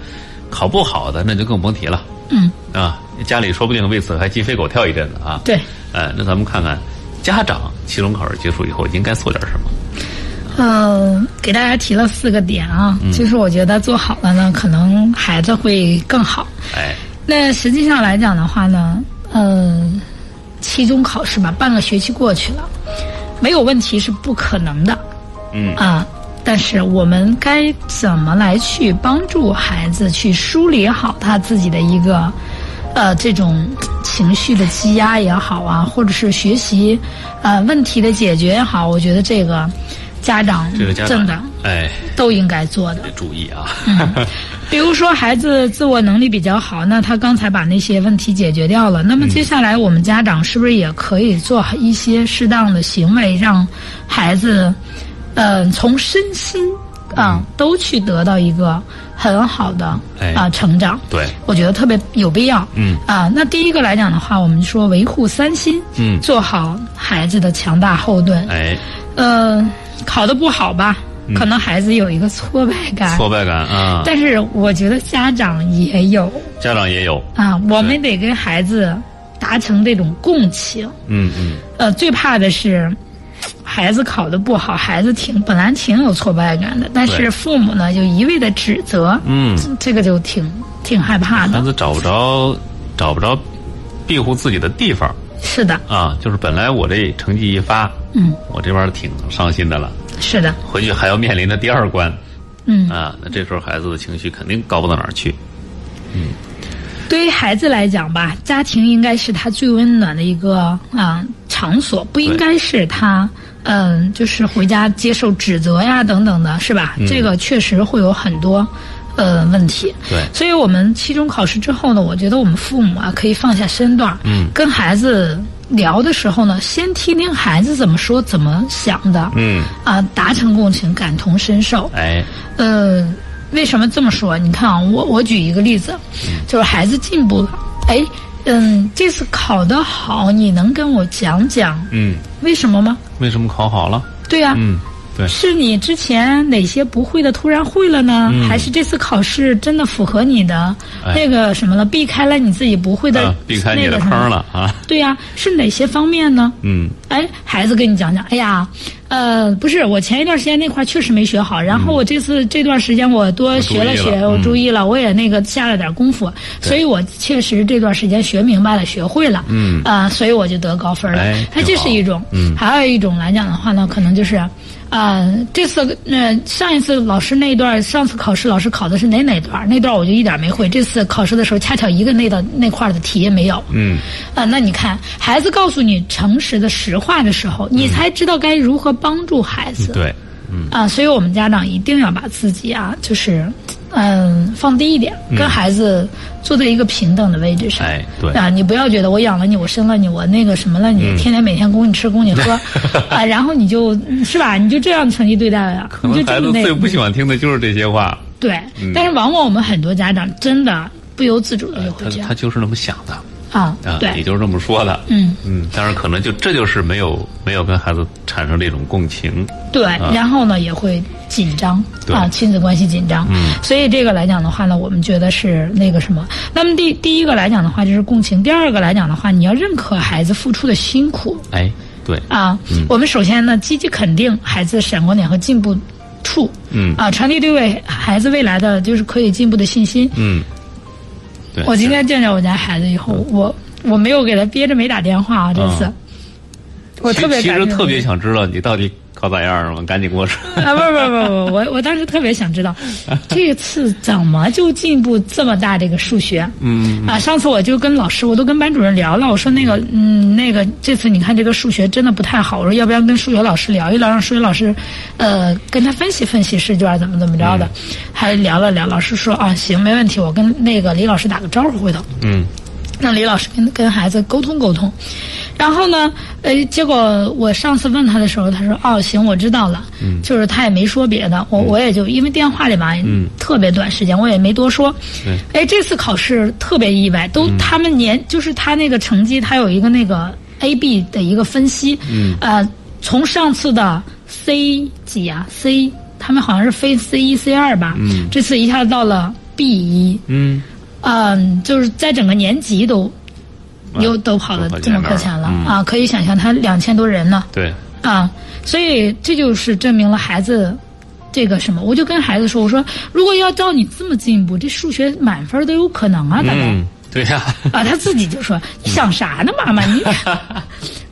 Speaker 1: 考不好的那就更甭提了。
Speaker 2: 嗯，
Speaker 1: 啊，家里说不定为此还鸡飞狗跳一阵子啊。
Speaker 2: 对。
Speaker 1: 呃，那咱们看看家长期中考试结束以后应该做点什么。
Speaker 2: 嗯，给大家提了四个点啊，就是我觉得做好了呢，可能孩子会更好。
Speaker 1: 哎，
Speaker 2: 那实际上来讲的话呢，嗯，期中考试吧，半个学期过去了，没有问题是不可能的
Speaker 1: 嗯，
Speaker 2: 啊。但是我们该怎么来去帮助孩子去梳理好他自己的一个，呃，这种情绪的积压也好啊，或者是学习，呃，问题的解决也好，我觉得这个家长
Speaker 1: 这个家
Speaker 2: 真的
Speaker 1: 长，哎，
Speaker 2: 都应该做的。
Speaker 1: 得注意啊。
Speaker 2: 嗯比如说孩子自我能力比较好，那他刚才把那些问题解决掉了，
Speaker 1: 嗯
Speaker 2: 那么接下来我们家长是不是也可以做一些适当的行为，让孩子，嗯、从身心啊、都去得到一个很好的啊、
Speaker 1: 嗯哎
Speaker 2: 成长。
Speaker 1: 对，
Speaker 2: 我觉得特别有必要。
Speaker 1: 嗯
Speaker 2: 啊，那第一个来讲的话，我们说维护三心，
Speaker 1: 嗯
Speaker 2: 做好孩子的强大后盾。
Speaker 1: 哎，嗯
Speaker 2: 呃，考得不好吧，可能孩子有一个挫败感，
Speaker 1: 挫败感啊，
Speaker 2: 但是我觉得家长也有
Speaker 1: 家长也有。
Speaker 2: 啊，我们得跟孩子达成这种共情。
Speaker 1: 嗯嗯，
Speaker 2: 呃，最怕的是孩子考得不好，孩子挺本来挺有挫败感的，但
Speaker 1: 对
Speaker 2: 是父母呢就一味的指责，
Speaker 1: 嗯
Speaker 2: 这，这个就挺挺害怕
Speaker 1: 孩
Speaker 2: 的。
Speaker 1: 子找不着，找不着庇护自己的地方
Speaker 2: 是的，
Speaker 1: 啊。就是本来我这成绩一发，
Speaker 2: 嗯，
Speaker 1: 我这边儿挺伤心的了，
Speaker 2: 是的，
Speaker 1: 回去还要面临着第二关
Speaker 2: 嗯，
Speaker 1: 啊。那这时候孩子的情绪肯定高不到哪儿去。
Speaker 2: 对于孩子来讲吧，家庭应该是他最温暖的一个啊、场所，不应该是他嗯、就是回家接受指责呀等等的，是
Speaker 1: 嗯
Speaker 2: 吧？这个确实会有很多呃问题。
Speaker 1: 对
Speaker 2: 所以我们期中考试之后呢，我觉得我们父母啊可以放下身段，
Speaker 1: 嗯，
Speaker 2: 跟孩子聊的时候呢，先听听孩子怎么说、怎么想的，
Speaker 1: 嗯，
Speaker 2: 啊、达成共情，感同身受。
Speaker 1: 哎，
Speaker 2: 呃，为什么这么说？你看啊，我我举一个例子，
Speaker 1: 嗯
Speaker 2: 就是孩子进步了，哎，嗯，这次考得好，你能跟我讲讲
Speaker 1: 嗯，
Speaker 2: 为什么吗？
Speaker 1: 为什么考好了？
Speaker 2: 对呀、
Speaker 1: 嗯，对，
Speaker 2: 是你之前哪些不会的突然会了呢？
Speaker 1: 嗯
Speaker 2: 还是这次考试真的符合你的
Speaker 1: 哎
Speaker 2: 那个什么了？避开了你自己不会的、
Speaker 1: 啊，避开你
Speaker 2: 那
Speaker 1: 的坑
Speaker 2: 个什么
Speaker 1: 了啊。
Speaker 2: 对呀、是哪些方面呢？
Speaker 1: 嗯，
Speaker 2: 哎，孩子跟你讲讲，哎呀，呃，不是，我前一段时间那块确实没学好，然后我这次这段时间我多学了学，
Speaker 1: 嗯我
Speaker 2: 我
Speaker 1: 注嗯
Speaker 2: 注意了，我也那个下了点功夫，所以我确实这段时间学明白了，学会了，
Speaker 1: 嗯
Speaker 2: 啊、所以我就得高分了。
Speaker 1: 哎
Speaker 2: 它这
Speaker 1: 挺好
Speaker 2: 是一种，
Speaker 1: 嗯
Speaker 2: 还有一种来讲的话呢，可能就是。呃，这次呃上一次老师那一段，上次考试老师考的是哪哪段？那段我就一点没会。这次考试的时候，恰巧一个那道那块儿的题也没有。
Speaker 1: 嗯，
Speaker 2: 啊，那你看，孩子告诉你诚实的实话的时候，你才知道该如何帮助孩
Speaker 1: 嗯
Speaker 2: 子。
Speaker 1: 对，嗯，
Speaker 2: 啊，所以我们家长一定要把自己啊，就是，嗯，放低一点，跟孩子坐在一个平等的位置上。
Speaker 1: 哎，对，嗯
Speaker 2: 啊，你不要觉得我养了你，我生了你，我那个什么了你，天天每天供你吃供你 喝，啊，然后你就是吧，你就这样成绩对待了，
Speaker 1: 可
Speaker 2: 你就
Speaker 1: 能
Speaker 2: 这
Speaker 1: 孩子
Speaker 2: 么那
Speaker 1: 最不嗯喜欢听的就是这些话，
Speaker 2: 对。但是往往我们很多家长真的不由自主的就
Speaker 1: 哎
Speaker 2: 会
Speaker 1: 他
Speaker 2: 这样
Speaker 1: 他。就是那么想的，
Speaker 2: 啊
Speaker 1: 啊，，也
Speaker 2: 对，
Speaker 1: 就是这么说的。
Speaker 2: 嗯
Speaker 1: 嗯，当然可能就这就是没有没有跟孩子产生这种共情。
Speaker 2: 对，然后呢也会紧张
Speaker 1: 啊对
Speaker 2: 啊，亲子关系紧张。
Speaker 1: 嗯
Speaker 2: 所以这个来讲的话呢，我们觉得是那个什么。那么第第一个来讲的话就是共情，第二个来讲的话，你要认可孩子付出的辛苦
Speaker 1: 哎，对，
Speaker 2: 啊。
Speaker 1: 嗯
Speaker 2: 我们首先呢积极肯定孩子的闪光点和进步处。
Speaker 1: 嗯
Speaker 2: 啊，传递对未孩子未来的就是可以进步的信心。
Speaker 1: 嗯，对。
Speaker 2: 我今天见着我家孩子以后，我我没有给他憋着没打电话啊，这次、
Speaker 1: 嗯
Speaker 2: 我特别
Speaker 1: 其其
Speaker 2: 感嗯
Speaker 1: 实
Speaker 2: 动
Speaker 1: 特别想知道你到底考咋样了吗？赶紧跟我说。
Speaker 2: 啊，不不不不，我我当时特别想知道，这次怎么就进步这么大？这个数学，
Speaker 1: 嗯，
Speaker 2: 啊，上次我就跟老师，我都跟班主任聊了，我说那个，嗯，那个这次你看这个数学真的不太好，我说要不要跟数学老师聊一聊，让数学老师，呃，跟他分析分析试卷怎么怎么着的，还聊了聊，老师说啊，行，没问题，我跟那个李老师打个招呼回头。
Speaker 1: 嗯
Speaker 2: 让李老师跟跟孩子沟通沟通。然后呢，呃，结果我上次问他的时候，他说：“哦，行，我知道了。”嗯，就是他也没说别的，我、我也就因为电话里嘛，
Speaker 1: 嗯
Speaker 2: 特别短时间，我也没多说。
Speaker 1: 对嗯
Speaker 2: 哎，这次考试特别意外，都他们年、就是他那个成绩，他有一个那个 A B 的一个分析，
Speaker 1: 嗯，
Speaker 2: 呃，从上次的 C 几啊 C，他们好像是非 C 一 C 二吧，
Speaker 1: 嗯
Speaker 2: 这次一下到了 B 一，
Speaker 1: 嗯，
Speaker 2: 嗯，就是在整个年级都又都跑
Speaker 1: 嗯都跑
Speaker 2: 得这么
Speaker 1: 前面
Speaker 2: 靠前
Speaker 1: 了
Speaker 2: 了、
Speaker 1: 嗯
Speaker 2: 啊！可以想象，他两千多人呢
Speaker 1: 对，
Speaker 2: 啊，所以这就是证明了孩子这个什么。我就跟孩子说，我说如果要照你这么进步，这数学满分都有可能啊，大概、
Speaker 1: 嗯，对呀、
Speaker 2: 啊，他自己就说：“你想啥呢，妈妈？你……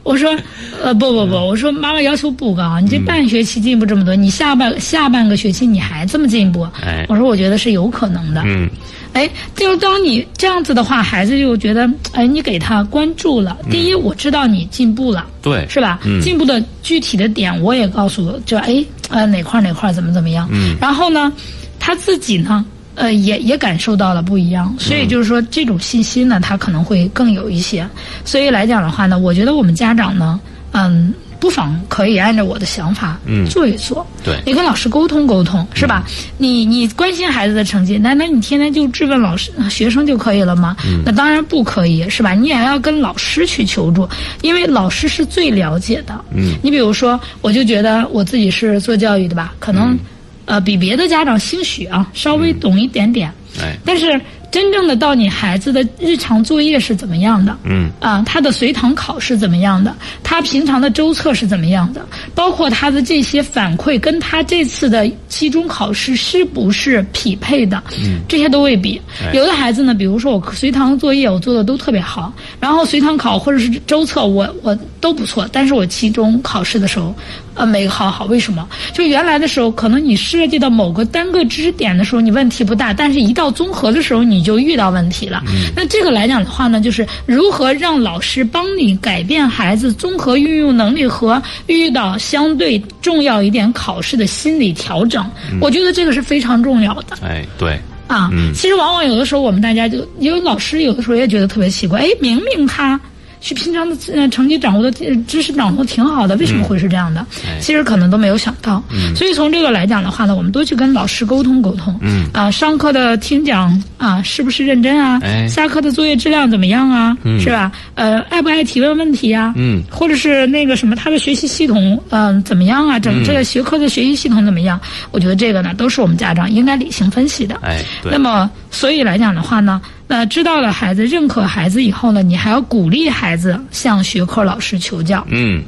Speaker 2: 我说，呃，不不不，
Speaker 1: 嗯
Speaker 2: 我说妈妈要求不高，你这半学期进步这么多，你下半下半个学期你还这么进步，
Speaker 1: 哎
Speaker 2: 我说我觉得是有可能的。
Speaker 1: 嗯
Speaker 2: 哎，就当你这样子的话，孩子就觉得，哎，你给他关注了。第一，我知道你进步了，
Speaker 1: 嗯对，
Speaker 2: 是吧？
Speaker 1: 嗯
Speaker 2: 进步的具体的点我也告诉，就哎，呃，哪块儿哪块儿怎么怎么样。
Speaker 1: 嗯
Speaker 2: 然后呢，他自己呢，呃，也也感受到了不
Speaker 1: 嗯
Speaker 2: 一样，所以就是说这种信心呢，他可能会更有一些。所以来讲的话呢，我觉得我们家长呢，嗯，不妨可以按照我的想法，
Speaker 1: 嗯
Speaker 2: 做一做。
Speaker 1: 对嗯
Speaker 2: 你跟老师沟通沟通，是吧？你你关心孩子的成绩，难道你天天就质问老师呃学生就可以了吗？
Speaker 1: 嗯
Speaker 2: 那当然不可以，是吧？你也要跟老师去求助，因为老师是最了解的。
Speaker 1: 嗯，
Speaker 2: 你比如说，我就觉得我自己是做教育的吧，可能、呃比别的家长兴许啊稍微懂一点点，
Speaker 1: 哎，
Speaker 2: 但是真正的到你孩子的日常作业是怎么样的，
Speaker 1: 嗯
Speaker 2: 啊，他的随堂考是怎么样的，他平常的周测是怎么样的，包括他的这些反馈跟他这次的期中考试是不是匹配的，嗯、这些都未必。
Speaker 1: 哎
Speaker 2: 有的孩子呢，比如说我随堂作业我做的都特别好，然后随堂考或者是周测我我都不错，但是我期中考试的时候，呃，没考好，为什么？就原来的时候，可能你涉及到某个单个知识点的时候，你问题不大，但是一到综合的时候，你就遇到问题了。那这个来讲的话呢，就是如何让老师帮你改变孩子综合运用能力和遇到相对重要一点考试的心理调整，我觉得这个是非常重要的。
Speaker 1: 哎，对，
Speaker 2: 啊，
Speaker 1: 嗯
Speaker 2: 其实往往有的时候我们大家就，因为老师有的时候也觉得特别奇怪，哎，明明他是平常的呃成绩掌握的呃知识掌握得挺好的，为什么会是这样的？
Speaker 1: 哎
Speaker 2: 其实可能都没有想到。所以从这个来讲的话呢，我们多去跟老师沟通沟通。
Speaker 1: 嗯
Speaker 2: 啊，上课的听讲啊，是不是认真啊？
Speaker 1: 哎
Speaker 2: 下课的作业质量怎么样啊？
Speaker 1: 嗯
Speaker 2: 是吧？呃，爱不爱提问问题呀、啊
Speaker 1: 嗯
Speaker 2: 或者是那个什么，他的学习系统嗯、呃怎么样啊？整这个学科的学习系统怎么样？我觉得这个呢，都是我们家长应该理性分析的。
Speaker 1: 哎，对
Speaker 2: 那，么，所以来讲的话呢，那知道了孩子、认可孩子以后呢，你还要鼓励孩子向学科老师求教。
Speaker 1: 嗯，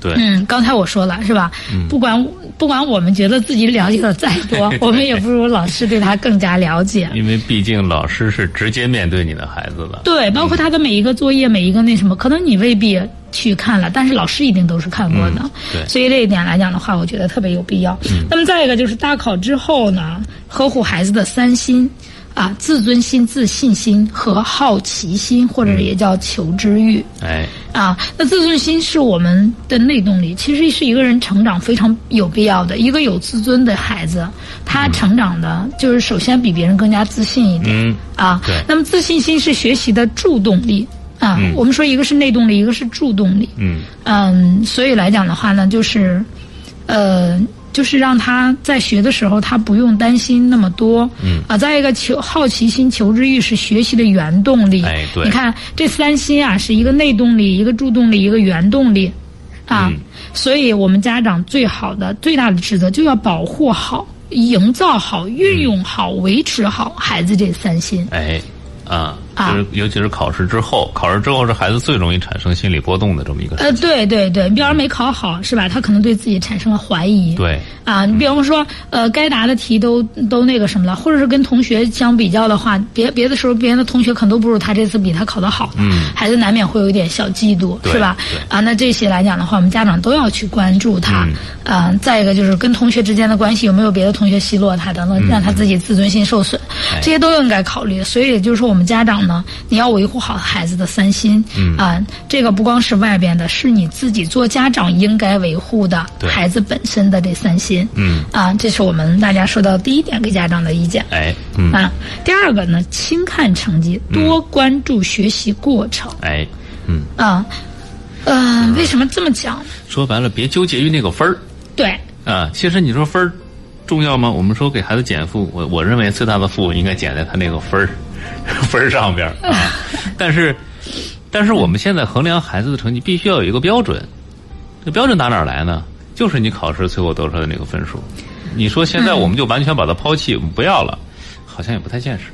Speaker 1: 对，
Speaker 2: 嗯，刚才我说了是吧？不管不管我们觉得自己了解的再多，我们也不如老师对他更加了解。
Speaker 1: 因为毕竟老师是直接面对你的孩子的。
Speaker 2: 对，包括他的每一个作业、每一个那什么，可能你未必去看了，但是老师一定都是看过的。
Speaker 1: 嗯对嗯
Speaker 2: 所以这一点来讲的话，我觉得特别有必要。那么再一个就是大考之后呢，呵护孩子的三心。啊，自尊心、自信心和好奇心，或者也叫求知欲。
Speaker 1: 哎，
Speaker 2: 啊，那自尊心是我们的内动力，其实是一个人成长非常有必要的。一个有自尊的孩子，他成长的就是首先比别人更加自信一点、
Speaker 1: 嗯
Speaker 2: 啊
Speaker 1: 对。
Speaker 2: 那么自信心是学习的助动力啊。
Speaker 1: 嗯
Speaker 2: 我们说一个是内动力，一个是助动力。
Speaker 1: 嗯，
Speaker 2: 嗯，所以来讲的话呢，就是，呃，就是让他在学的时候，他不用担心那么多。嗯啊，再一个求好奇心、求知欲是学习的原动力。
Speaker 1: 哎对
Speaker 2: 你看这三心啊，是一个内动力、一个助动力、一个原动力，啊，
Speaker 1: 嗯
Speaker 2: 所以我们家长最好的、最大的职责就要保护好、营造好、
Speaker 1: 嗯
Speaker 2: 运用好、维持好孩子这三心。
Speaker 1: 哎，啊，
Speaker 2: 啊
Speaker 1: 就是尤其是考试之后，考试之后是孩子最容易产生心理波动的这么一个事。
Speaker 2: 呃，对对对，你比方没考好是吧？他可能对自己产生了怀疑。
Speaker 1: 对，
Speaker 2: 啊，你比方说，呃，该答的题都都那个什么了，或者是跟同学相比较的话，别别的时候别人的同学可能都不如他这次比他考得好呢，孩子难免会有一点小嫉妒，
Speaker 1: 嗯对
Speaker 2: 是吧？
Speaker 1: 对
Speaker 2: 啊，那这些来讲的话，我们家长都要去关注他。
Speaker 1: 嗯
Speaker 2: 啊、再一个就是跟同学之间的关系有没有别的同学奚落他等
Speaker 1: 嗯
Speaker 2: 等，让他自己自尊心受损，
Speaker 1: 哎
Speaker 2: 这些都应该考虑。所以也就是说，我们家长呢，你要维护好孩子的三心。嗯啊、这个不光是外边的，是你自己做家长应该维护的
Speaker 1: 对
Speaker 2: 孩子本身的这三心。
Speaker 1: 嗯
Speaker 2: 啊，这是我们大家说到第一点给家长的意见。
Speaker 1: 哎，嗯，
Speaker 2: 啊，第二个呢，轻看成绩，多关注学习过程。
Speaker 1: 哎，嗯，
Speaker 2: 啊，呃，为什么这么讲？
Speaker 1: 说白了，别纠结于那个分儿
Speaker 2: 对，
Speaker 1: 啊。其实你说分儿重要吗？我们说给孩子减负，我我认为最大的负应该减在他那个分儿分儿上边儿 啊。但是，但是我们现在衡量孩子的成绩，必须要有一个标准。这标准打哪儿来呢？就是你考试最后得出来的那个分数。你说现在我们就完全把它抛弃，我们不要了，好像也不太现实。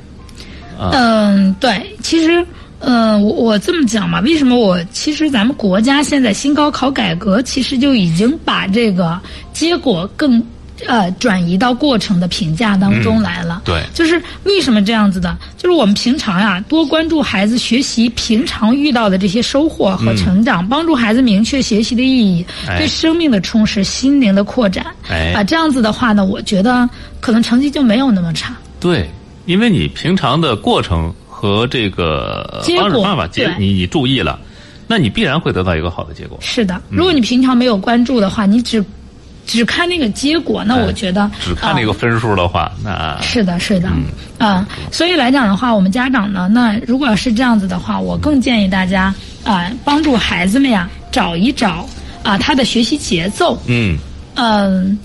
Speaker 2: 嗯，对，其实，嗯、我我这么讲嘛，为什么我其实咱们国家现在新高考改革，其实就已经把这个结果更呃转移到过程的评价当中来了。
Speaker 1: 对
Speaker 2: 就是为什么这样子的？就是我们平常呀、多关注孩子学习平常遇到的这些收获和成长，帮助孩子明确学习的意义，
Speaker 1: 哎
Speaker 2: 对生命的充实、心灵的扩展。
Speaker 1: 哎
Speaker 2: 啊，这样子的话呢，我觉得可能成绩就没有那么差。
Speaker 1: 对，因为你平常的过程和这个
Speaker 2: 结
Speaker 1: 方式
Speaker 2: 果
Speaker 1: 办法结
Speaker 2: 对
Speaker 1: 你你注意了，那你必然会得到一个好的结果。
Speaker 2: 是的，
Speaker 1: 嗯
Speaker 2: 如果你平常没有关注的话，你只只看那个结果，那
Speaker 1: 哎
Speaker 2: 我觉得
Speaker 1: 只看那个
Speaker 2: 啊
Speaker 1: 分数的话，那
Speaker 2: 是的，是的，啊、所以来讲的话，我们家长呢，那如果要是这样子的话，我更建议大家啊、帮助孩子们呀，找一找啊、他的学习节奏，
Speaker 1: 嗯，
Speaker 2: 嗯，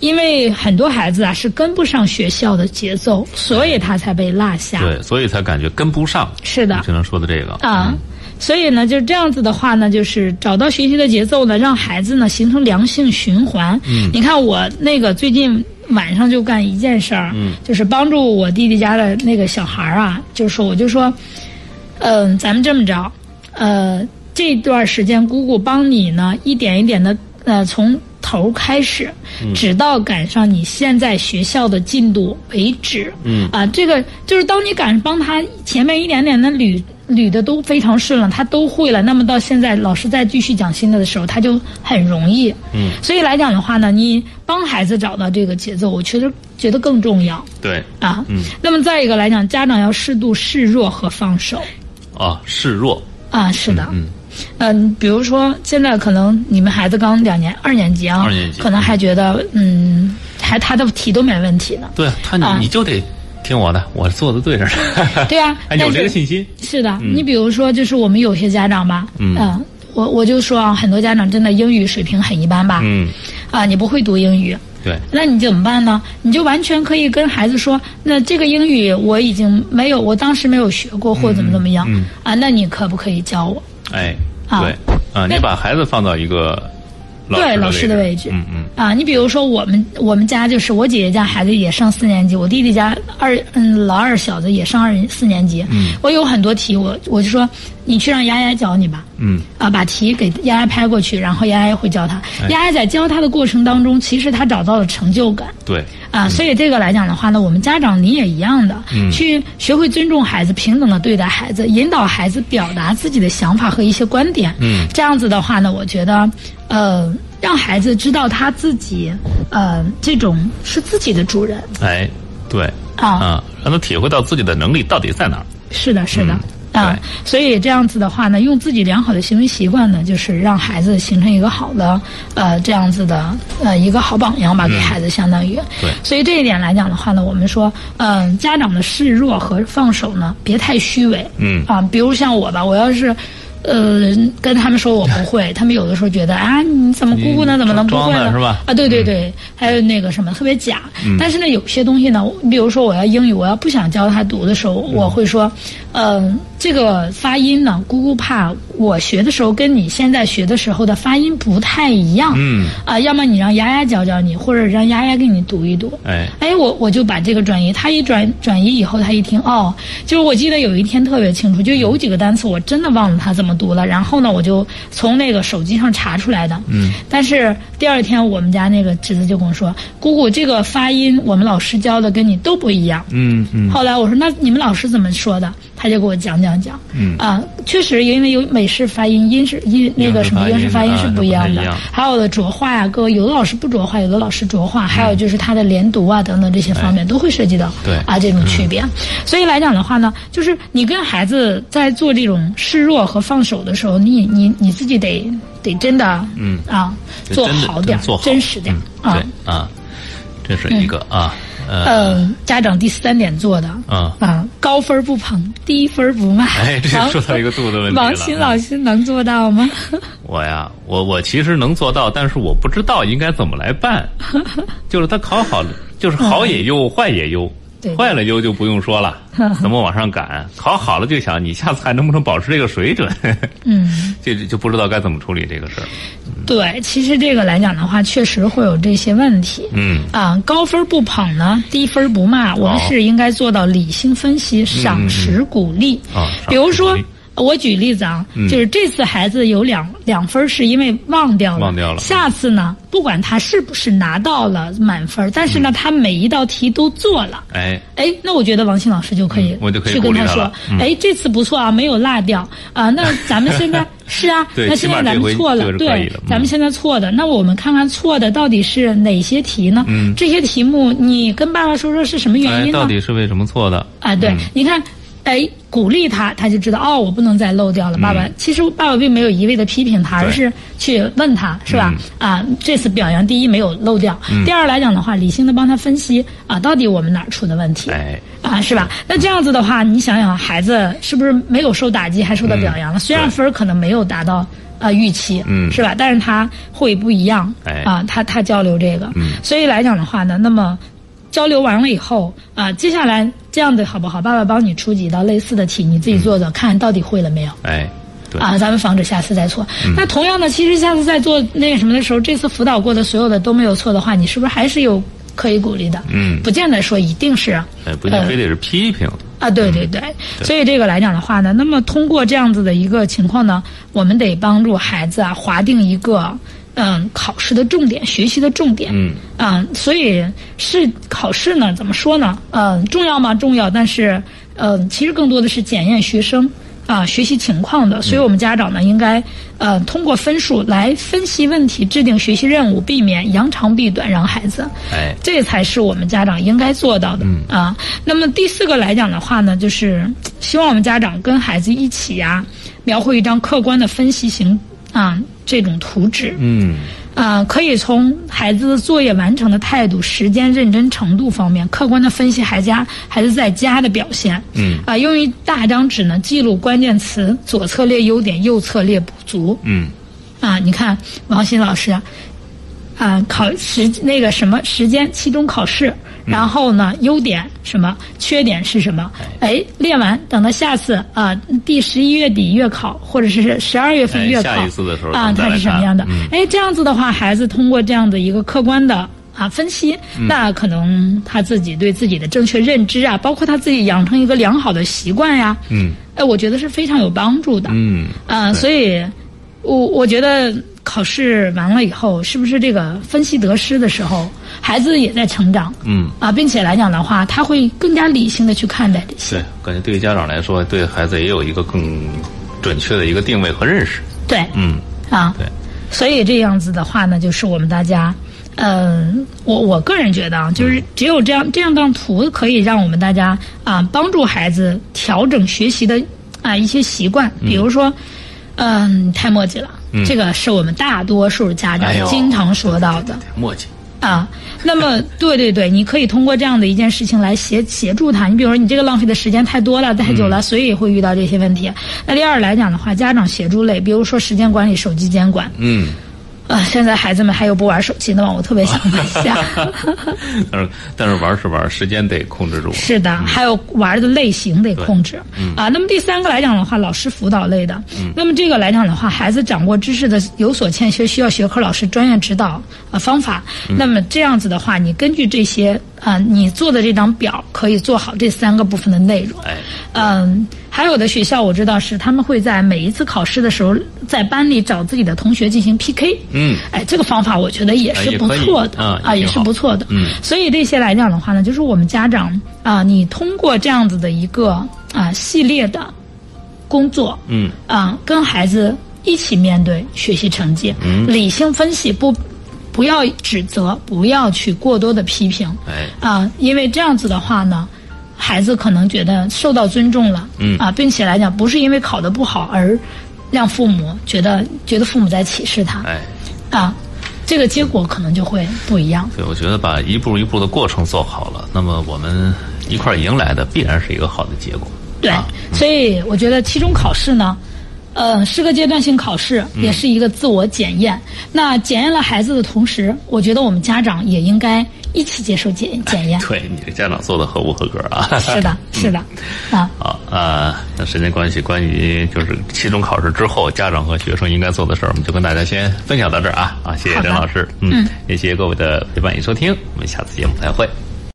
Speaker 2: 因为很多孩子啊是跟不上学校的节奏，所以他才被落下。
Speaker 1: 对，所以才感觉跟不上。
Speaker 2: 是的
Speaker 1: 你经常说的这个，
Speaker 2: 啊。所以呢，就是这样子的话呢，就是找到学习的节奏呢，让孩子呢形成良性循环。嗯，你看我那个最近晚上就干一件事儿，嗯，就是帮助我弟弟家的那个小孩儿啊，就是说我就说，嗯、咱们这么着，呃，这段时间姑姑帮你呢一点一点的呃从头开始，直到赶上你现在学校的进度为止。嗯啊，这个就是当你赶帮他前面一点点的捋捋的都非常顺了，他都会了。那么到现在老师再继续讲新的的时候，他就很容易。嗯，所以来讲的话呢，你帮孩子找到这个节奏，我觉得觉得更重要
Speaker 1: 对，
Speaker 2: 啊。嗯，那么再一个来讲，家长要适度示弱和放手。
Speaker 1: 啊，示弱，
Speaker 2: 啊，是的，嗯，嗯，比如说现在可能你们孩子刚两年二年级啊，
Speaker 1: 二年级
Speaker 2: 可能还觉得嗯，还他的题都没问题呢，
Speaker 1: 对他你、
Speaker 2: 啊
Speaker 1: 你就得听我的，我做的对着呢。
Speaker 2: 对啊
Speaker 1: 还哎有
Speaker 2: 但是
Speaker 1: 这个信嗯心，
Speaker 2: 是的，你比如说就是我们有些家长吧，嗯，我我就说啊，很多家长真的英语水平很一般吧，
Speaker 1: 嗯，
Speaker 2: 啊，你不会读英语，
Speaker 1: 对，
Speaker 2: 那你怎么办呢？你就完全可以跟孩子说，那这个英语我已经没有，我当时没有学过或怎么怎么样、
Speaker 1: 嗯
Speaker 2: 啊，那你可不可以教我？
Speaker 1: 哎，
Speaker 2: 啊
Speaker 1: 对，啊，你
Speaker 2: 那
Speaker 1: 把孩子放到一个
Speaker 2: 对老师的位置，
Speaker 1: 嗯嗯，
Speaker 2: 啊，你比如说我们我们家就是我姐姐家孩子也上四年级，我弟弟家二嗯老二小子也上二四年级，嗯，我有很多题，我我就说你去让丫丫教你吧，
Speaker 1: 嗯，
Speaker 2: 啊，把题给丫丫拍过去，然后丫丫会教他，丫丫在教他的过程当中，其实他找到了成就感，
Speaker 1: 对，
Speaker 2: 啊，所以这个来讲的话呢，我们家长你也一样的，去学会尊重孩子，平等的对待孩子，引导孩子表达自己的想法和一些观点。
Speaker 1: 嗯，
Speaker 2: 这样子的话呢，我觉得，呃，让孩子知道他自己，呃，这种是自己的主人。
Speaker 1: 哎，对，
Speaker 2: 啊
Speaker 1: 啊，让他体会到自己的能力到底在哪儿。
Speaker 2: 是的，是的。
Speaker 1: 嗯
Speaker 2: 啊，所以这样子的话呢，用自己良好的行为习惯呢，就是让孩子形成一个好的，呃，这样子的，呃，一个好榜样吧，给孩子相当于。
Speaker 1: 嗯对
Speaker 2: 所以这一点来讲的话呢，我们说，嗯、家长的示弱和放手呢，别太虚伪。
Speaker 1: 嗯
Speaker 2: 啊，比如像我吧，我要是呃，跟他们说我不 会，他们有的时候觉得啊，你怎么姑姑呢？
Speaker 1: 你
Speaker 2: 怎么能不
Speaker 1: 装
Speaker 2: 会
Speaker 1: 的
Speaker 2: 呢？
Speaker 1: 是吧
Speaker 2: 啊，对对对，还有那个什么特别假。但是呢，有些东西呢，比如说我要英语，我要不想教他读的时候，我会说，呃，这个发音呢，姑姑怕我学的时候跟你现在学的时候的发音不太一样。
Speaker 1: 嗯
Speaker 2: 啊，要么你让丫丫教教你，或者让丫丫给你读一读。
Speaker 1: 哎，
Speaker 2: 哎，我我就把这个转移，他一转转移以后，他一听哦，就是我记得有一天特别清楚，就有几个单词我真的忘了他怎么读了，然后呢，我就从那个手机上查出来的。嗯。但是第二天我们家那个侄子就跟我说：“姑姑，这个发音我们老师教的跟你都不一样。”
Speaker 1: 嗯嗯，
Speaker 2: 后来我说那你们老师怎么说的？他就给我讲讲讲。
Speaker 1: 嗯
Speaker 2: 啊，确实因为有美式发音、英式音那个什么
Speaker 1: 英
Speaker 2: 英
Speaker 1: 式
Speaker 2: 式
Speaker 1: 发
Speaker 2: 发
Speaker 1: 音
Speaker 2: 音是
Speaker 1: 啊
Speaker 2: 不一样的
Speaker 1: 不太一样，
Speaker 2: 还有的浊化呀、各位有的老师不浊化，有的老师浊化，还有就是他的连读啊等等这些方面都会涉及到
Speaker 1: 对嗯
Speaker 2: 啊这种区别。所以来讲的话呢，就是你跟孩子在做这种示弱和放手的时候，你你你自己得得真的
Speaker 1: 嗯
Speaker 2: 啊
Speaker 1: 就
Speaker 2: 做
Speaker 1: 真的
Speaker 2: 好点儿
Speaker 1: 做好，
Speaker 2: 真实点儿
Speaker 1: 嗯
Speaker 2: 啊。
Speaker 1: 对啊，这是一个啊，呃
Speaker 2: 嗯，家长第三点做的
Speaker 1: 嗯
Speaker 2: 啊，高分不捧，低分不骂。
Speaker 1: 哎这就
Speaker 2: 王
Speaker 1: 说到一个度的问题了嗯
Speaker 2: 王鑫老师能做到吗？
Speaker 1: 我呀，我我其实能做到，但是我不知道应该怎么来 办。就是他考好了，就是好也优，坏也优
Speaker 2: 嗯对。
Speaker 1: 坏了优就不用说 了，怎么往上赶？考好了就想你下次还能不能保持这个水准，
Speaker 2: 嗯，
Speaker 1: 就就不知道该怎么处理这个事儿。
Speaker 2: 对，其实这个来讲的话，确实会有这些问题。
Speaker 1: 嗯，哦
Speaker 2: 啊，高分不捧呢，低分不骂，我们是应该做到理性分
Speaker 1: 嗯
Speaker 2: 析、赏识鼓励。
Speaker 1: 啊赏识
Speaker 2: 比如说
Speaker 1: 鼓励。嗯
Speaker 2: 我举例子啊，就是这次孩子有两两分是因为忘掉了，
Speaker 1: 忘掉了
Speaker 2: 下次呢，不管他是不是拿到了满分，但是
Speaker 1: 嗯
Speaker 2: 呢，他每一道题都做了，
Speaker 1: 哎，
Speaker 2: 哎，那我觉得王鑫老师就可以
Speaker 1: 嗯，我就可以
Speaker 2: 去
Speaker 1: 鼓
Speaker 2: 跟
Speaker 1: 励他
Speaker 2: 说
Speaker 1: 了，嗯
Speaker 2: 哎，这次不错啊，没有落掉啊。那咱们 现在是啊，
Speaker 1: 对
Speaker 2: 那
Speaker 1: 起
Speaker 2: 现
Speaker 1: 码
Speaker 2: 在咱
Speaker 1: 这回
Speaker 2: 们错
Speaker 1: 就是
Speaker 2: 了，
Speaker 1: 可以
Speaker 2: 对
Speaker 1: 了嗯，
Speaker 2: 咱们现在错的，那我们看看错的到底是哪些题呢？这些题目你跟爸爸说说是什么
Speaker 1: 嗯
Speaker 2: 原
Speaker 1: 哎，
Speaker 2: 因
Speaker 1: 到
Speaker 2: 呢？
Speaker 1: 底嗯是为什么错的？
Speaker 2: 啊，对，你看，哎，鼓励他，他就知道哦，我不能再漏掉了。爸爸，其实爸爸并没有一味的批评
Speaker 1: 嗯
Speaker 2: 他，
Speaker 1: 对嗯
Speaker 2: 而是去问他，是吧？啊，这次表扬第一没有漏掉，第二来讲的话，理性的帮他分析啊，到底我们哪儿出的问题？
Speaker 1: 哎
Speaker 2: 啊，是吧？那这样子的话，你想想，孩子是不是没有受打击，还受到表扬了？虽然
Speaker 1: 嗯对
Speaker 2: 分儿可能没有达到呃预期，
Speaker 1: 嗯
Speaker 2: 是吧？但是他会不一样，
Speaker 1: 哎
Speaker 2: 啊，他他交流这个，
Speaker 1: 嗯
Speaker 2: 所以来讲的话呢，那么交流完了以后啊，接下来这样子好不好？爸爸帮你出几道类似的题，你自己做做，看到底会了没有。
Speaker 1: 哎，嗯对，嗯
Speaker 2: 啊，咱们防止下次再错。那同样的，其实下次再做那个什么的时候，这次辅导过的所有的都没有错的话，你是不是还是有可以鼓励的？
Speaker 1: 嗯
Speaker 2: 不见得说一定是
Speaker 1: 哎，不一定
Speaker 2: 呃
Speaker 1: 非得是批评。
Speaker 2: 啊，对对对，所以这个来讲的话呢，那么通过这样子的一个情况呢，我们得帮助孩子啊划定一个嗯考试的重点，学习的重点。
Speaker 1: 嗯
Speaker 2: 啊，所以是考试呢，怎么说呢？嗯，重要吗？重要，但是嗯，其实更多的是检验学生。啊，学习情况的，所以我们家长呢，应该呃通过分数来分析问题，制定学习任务，避免扬长避短，让孩子
Speaker 1: 哎，
Speaker 2: 这才是我们家长应该做到的、
Speaker 1: 嗯
Speaker 2: 啊。那么第四个来讲的话呢，就是嗯希望我们家长跟孩子一起呀、描绘一张客观的分析型啊这种图纸，
Speaker 1: 嗯，
Speaker 2: 啊，可以从孩子作业完成的态度、时间认真程度方面，客观的分析孩家孩子在家的表现。
Speaker 1: 嗯，
Speaker 2: 啊、用一大张纸呢记录关键词，左侧列优点，右侧列不足。
Speaker 1: 嗯，
Speaker 2: 啊，你看王鑫老师啊，啊，考时那个什么时间期中考试，
Speaker 1: 嗯
Speaker 2: 然后呢，优点什么，缺点是什么？哎，练完，等到下次啊，第十一月底月考或者是十二月份
Speaker 1: 哎
Speaker 2: 月考、
Speaker 1: 下一次的时候咱
Speaker 2: 啊，
Speaker 1: 们再
Speaker 2: 它
Speaker 1: 来
Speaker 2: 是什么
Speaker 1: 看
Speaker 2: 样的？
Speaker 1: 嗯
Speaker 2: 哎，这样子的话，孩子通过这样的一个客观的。啊，分析，
Speaker 1: 嗯
Speaker 2: 那可能他自己对自己的正确认知啊，包括他自己养成一个良好的习惯呀、
Speaker 1: 嗯，
Speaker 2: 哎，我觉得是非常有帮助的。
Speaker 1: 嗯，
Speaker 2: 啊、所以我我觉得考试完了以后，是不是这个分析得失的时候，孩子也在成长？
Speaker 1: 嗯
Speaker 2: 啊，并且来讲的话，他会更加理性的去看待这些。
Speaker 1: 对，感觉对于家长来说，对孩子也有一个更准确的一个定位和认识。
Speaker 2: 对，
Speaker 1: 嗯，
Speaker 2: 啊，
Speaker 1: 对，
Speaker 2: 所以这样子的话呢，就是我们大家，嗯、我我个人觉得啊，
Speaker 1: 嗯
Speaker 2: 就是只有这样这样张图可以让我们大家啊、帮助孩子调整学习的啊、一些习惯，比如说，呃嗯、太墨迹了。这个是我们大多数家
Speaker 1: 嗯
Speaker 2: 长
Speaker 1: 哎呦
Speaker 2: 经常说到的，
Speaker 1: 墨迹，
Speaker 2: 啊，那么对对对，你可以通过这样的一件事情来协协助他。你比如说，你这个浪费的时间太多了，太久了，所以会遇到这些问题。那第二来讲的话，家长协助类，比如说时间管理、手机监管。
Speaker 1: 嗯，
Speaker 2: 啊，现在孩子们还有不玩手机的吗？我特别想问一下。
Speaker 1: 但是但是玩是玩，时间得控制住。
Speaker 2: 是的，还有玩的类型得控制、啊。那么第三个来讲的话，老师辅导类的，那么这个来讲的话，孩子掌握知识的有所欠缺，需要学科老师专业指导啊方法。那么这样子的话，你根据这些啊，你做的这张表可以做好这三个部分的内容。
Speaker 1: 哎，
Speaker 2: 嗯，还有的学校我知道是他们会在每一次考试的时候，在班里找自己的同学进行 PK。
Speaker 1: 嗯，
Speaker 2: 哎，这个方法我觉得也是不错的
Speaker 1: 哎也可以啊
Speaker 2: 啊，
Speaker 1: 也挺
Speaker 2: 也是不错的。
Speaker 1: 嗯，
Speaker 2: 所以这些来讲的话呢，就是我们家长啊，你通过这样子的一个啊系列的工作，
Speaker 1: 嗯，
Speaker 2: 啊，跟孩子一起面对学习成绩，
Speaker 1: 嗯
Speaker 2: 理性分析，不不要指责，不要去过多的批评，
Speaker 1: 哎，
Speaker 2: 啊，因为这样子的话呢，孩子可能觉得受到尊重了，
Speaker 1: 嗯
Speaker 2: 啊，并且来讲不是因为考得不好而让父母觉得觉得父母在歧视他，
Speaker 1: 哎，
Speaker 2: 啊，这个结果可能就会不一样。
Speaker 1: 对，我觉得把一步一步的过程做好了，那么我们一块儿迎来的必然是一个好的结果。
Speaker 2: 对，所以我觉得期中考试呢，呃，是个阶段性考试，
Speaker 1: 嗯
Speaker 2: 也是一个自我检验。那检验了孩子的同时，我觉得我们家长也应该一起接受检 检验。
Speaker 1: 对，你这家长做的合不合格 啊？
Speaker 2: 是的，是的，啊，
Speaker 1: 好啊、那时间关系，关于就是期中考试之后，家长和学生应该做的事儿，我们就跟大家先分享到这儿啊啊！谢谢
Speaker 2: 好的嗯
Speaker 1: 郑老师，嗯，也谢谢各位的陪伴与收听，我们下次节目再会。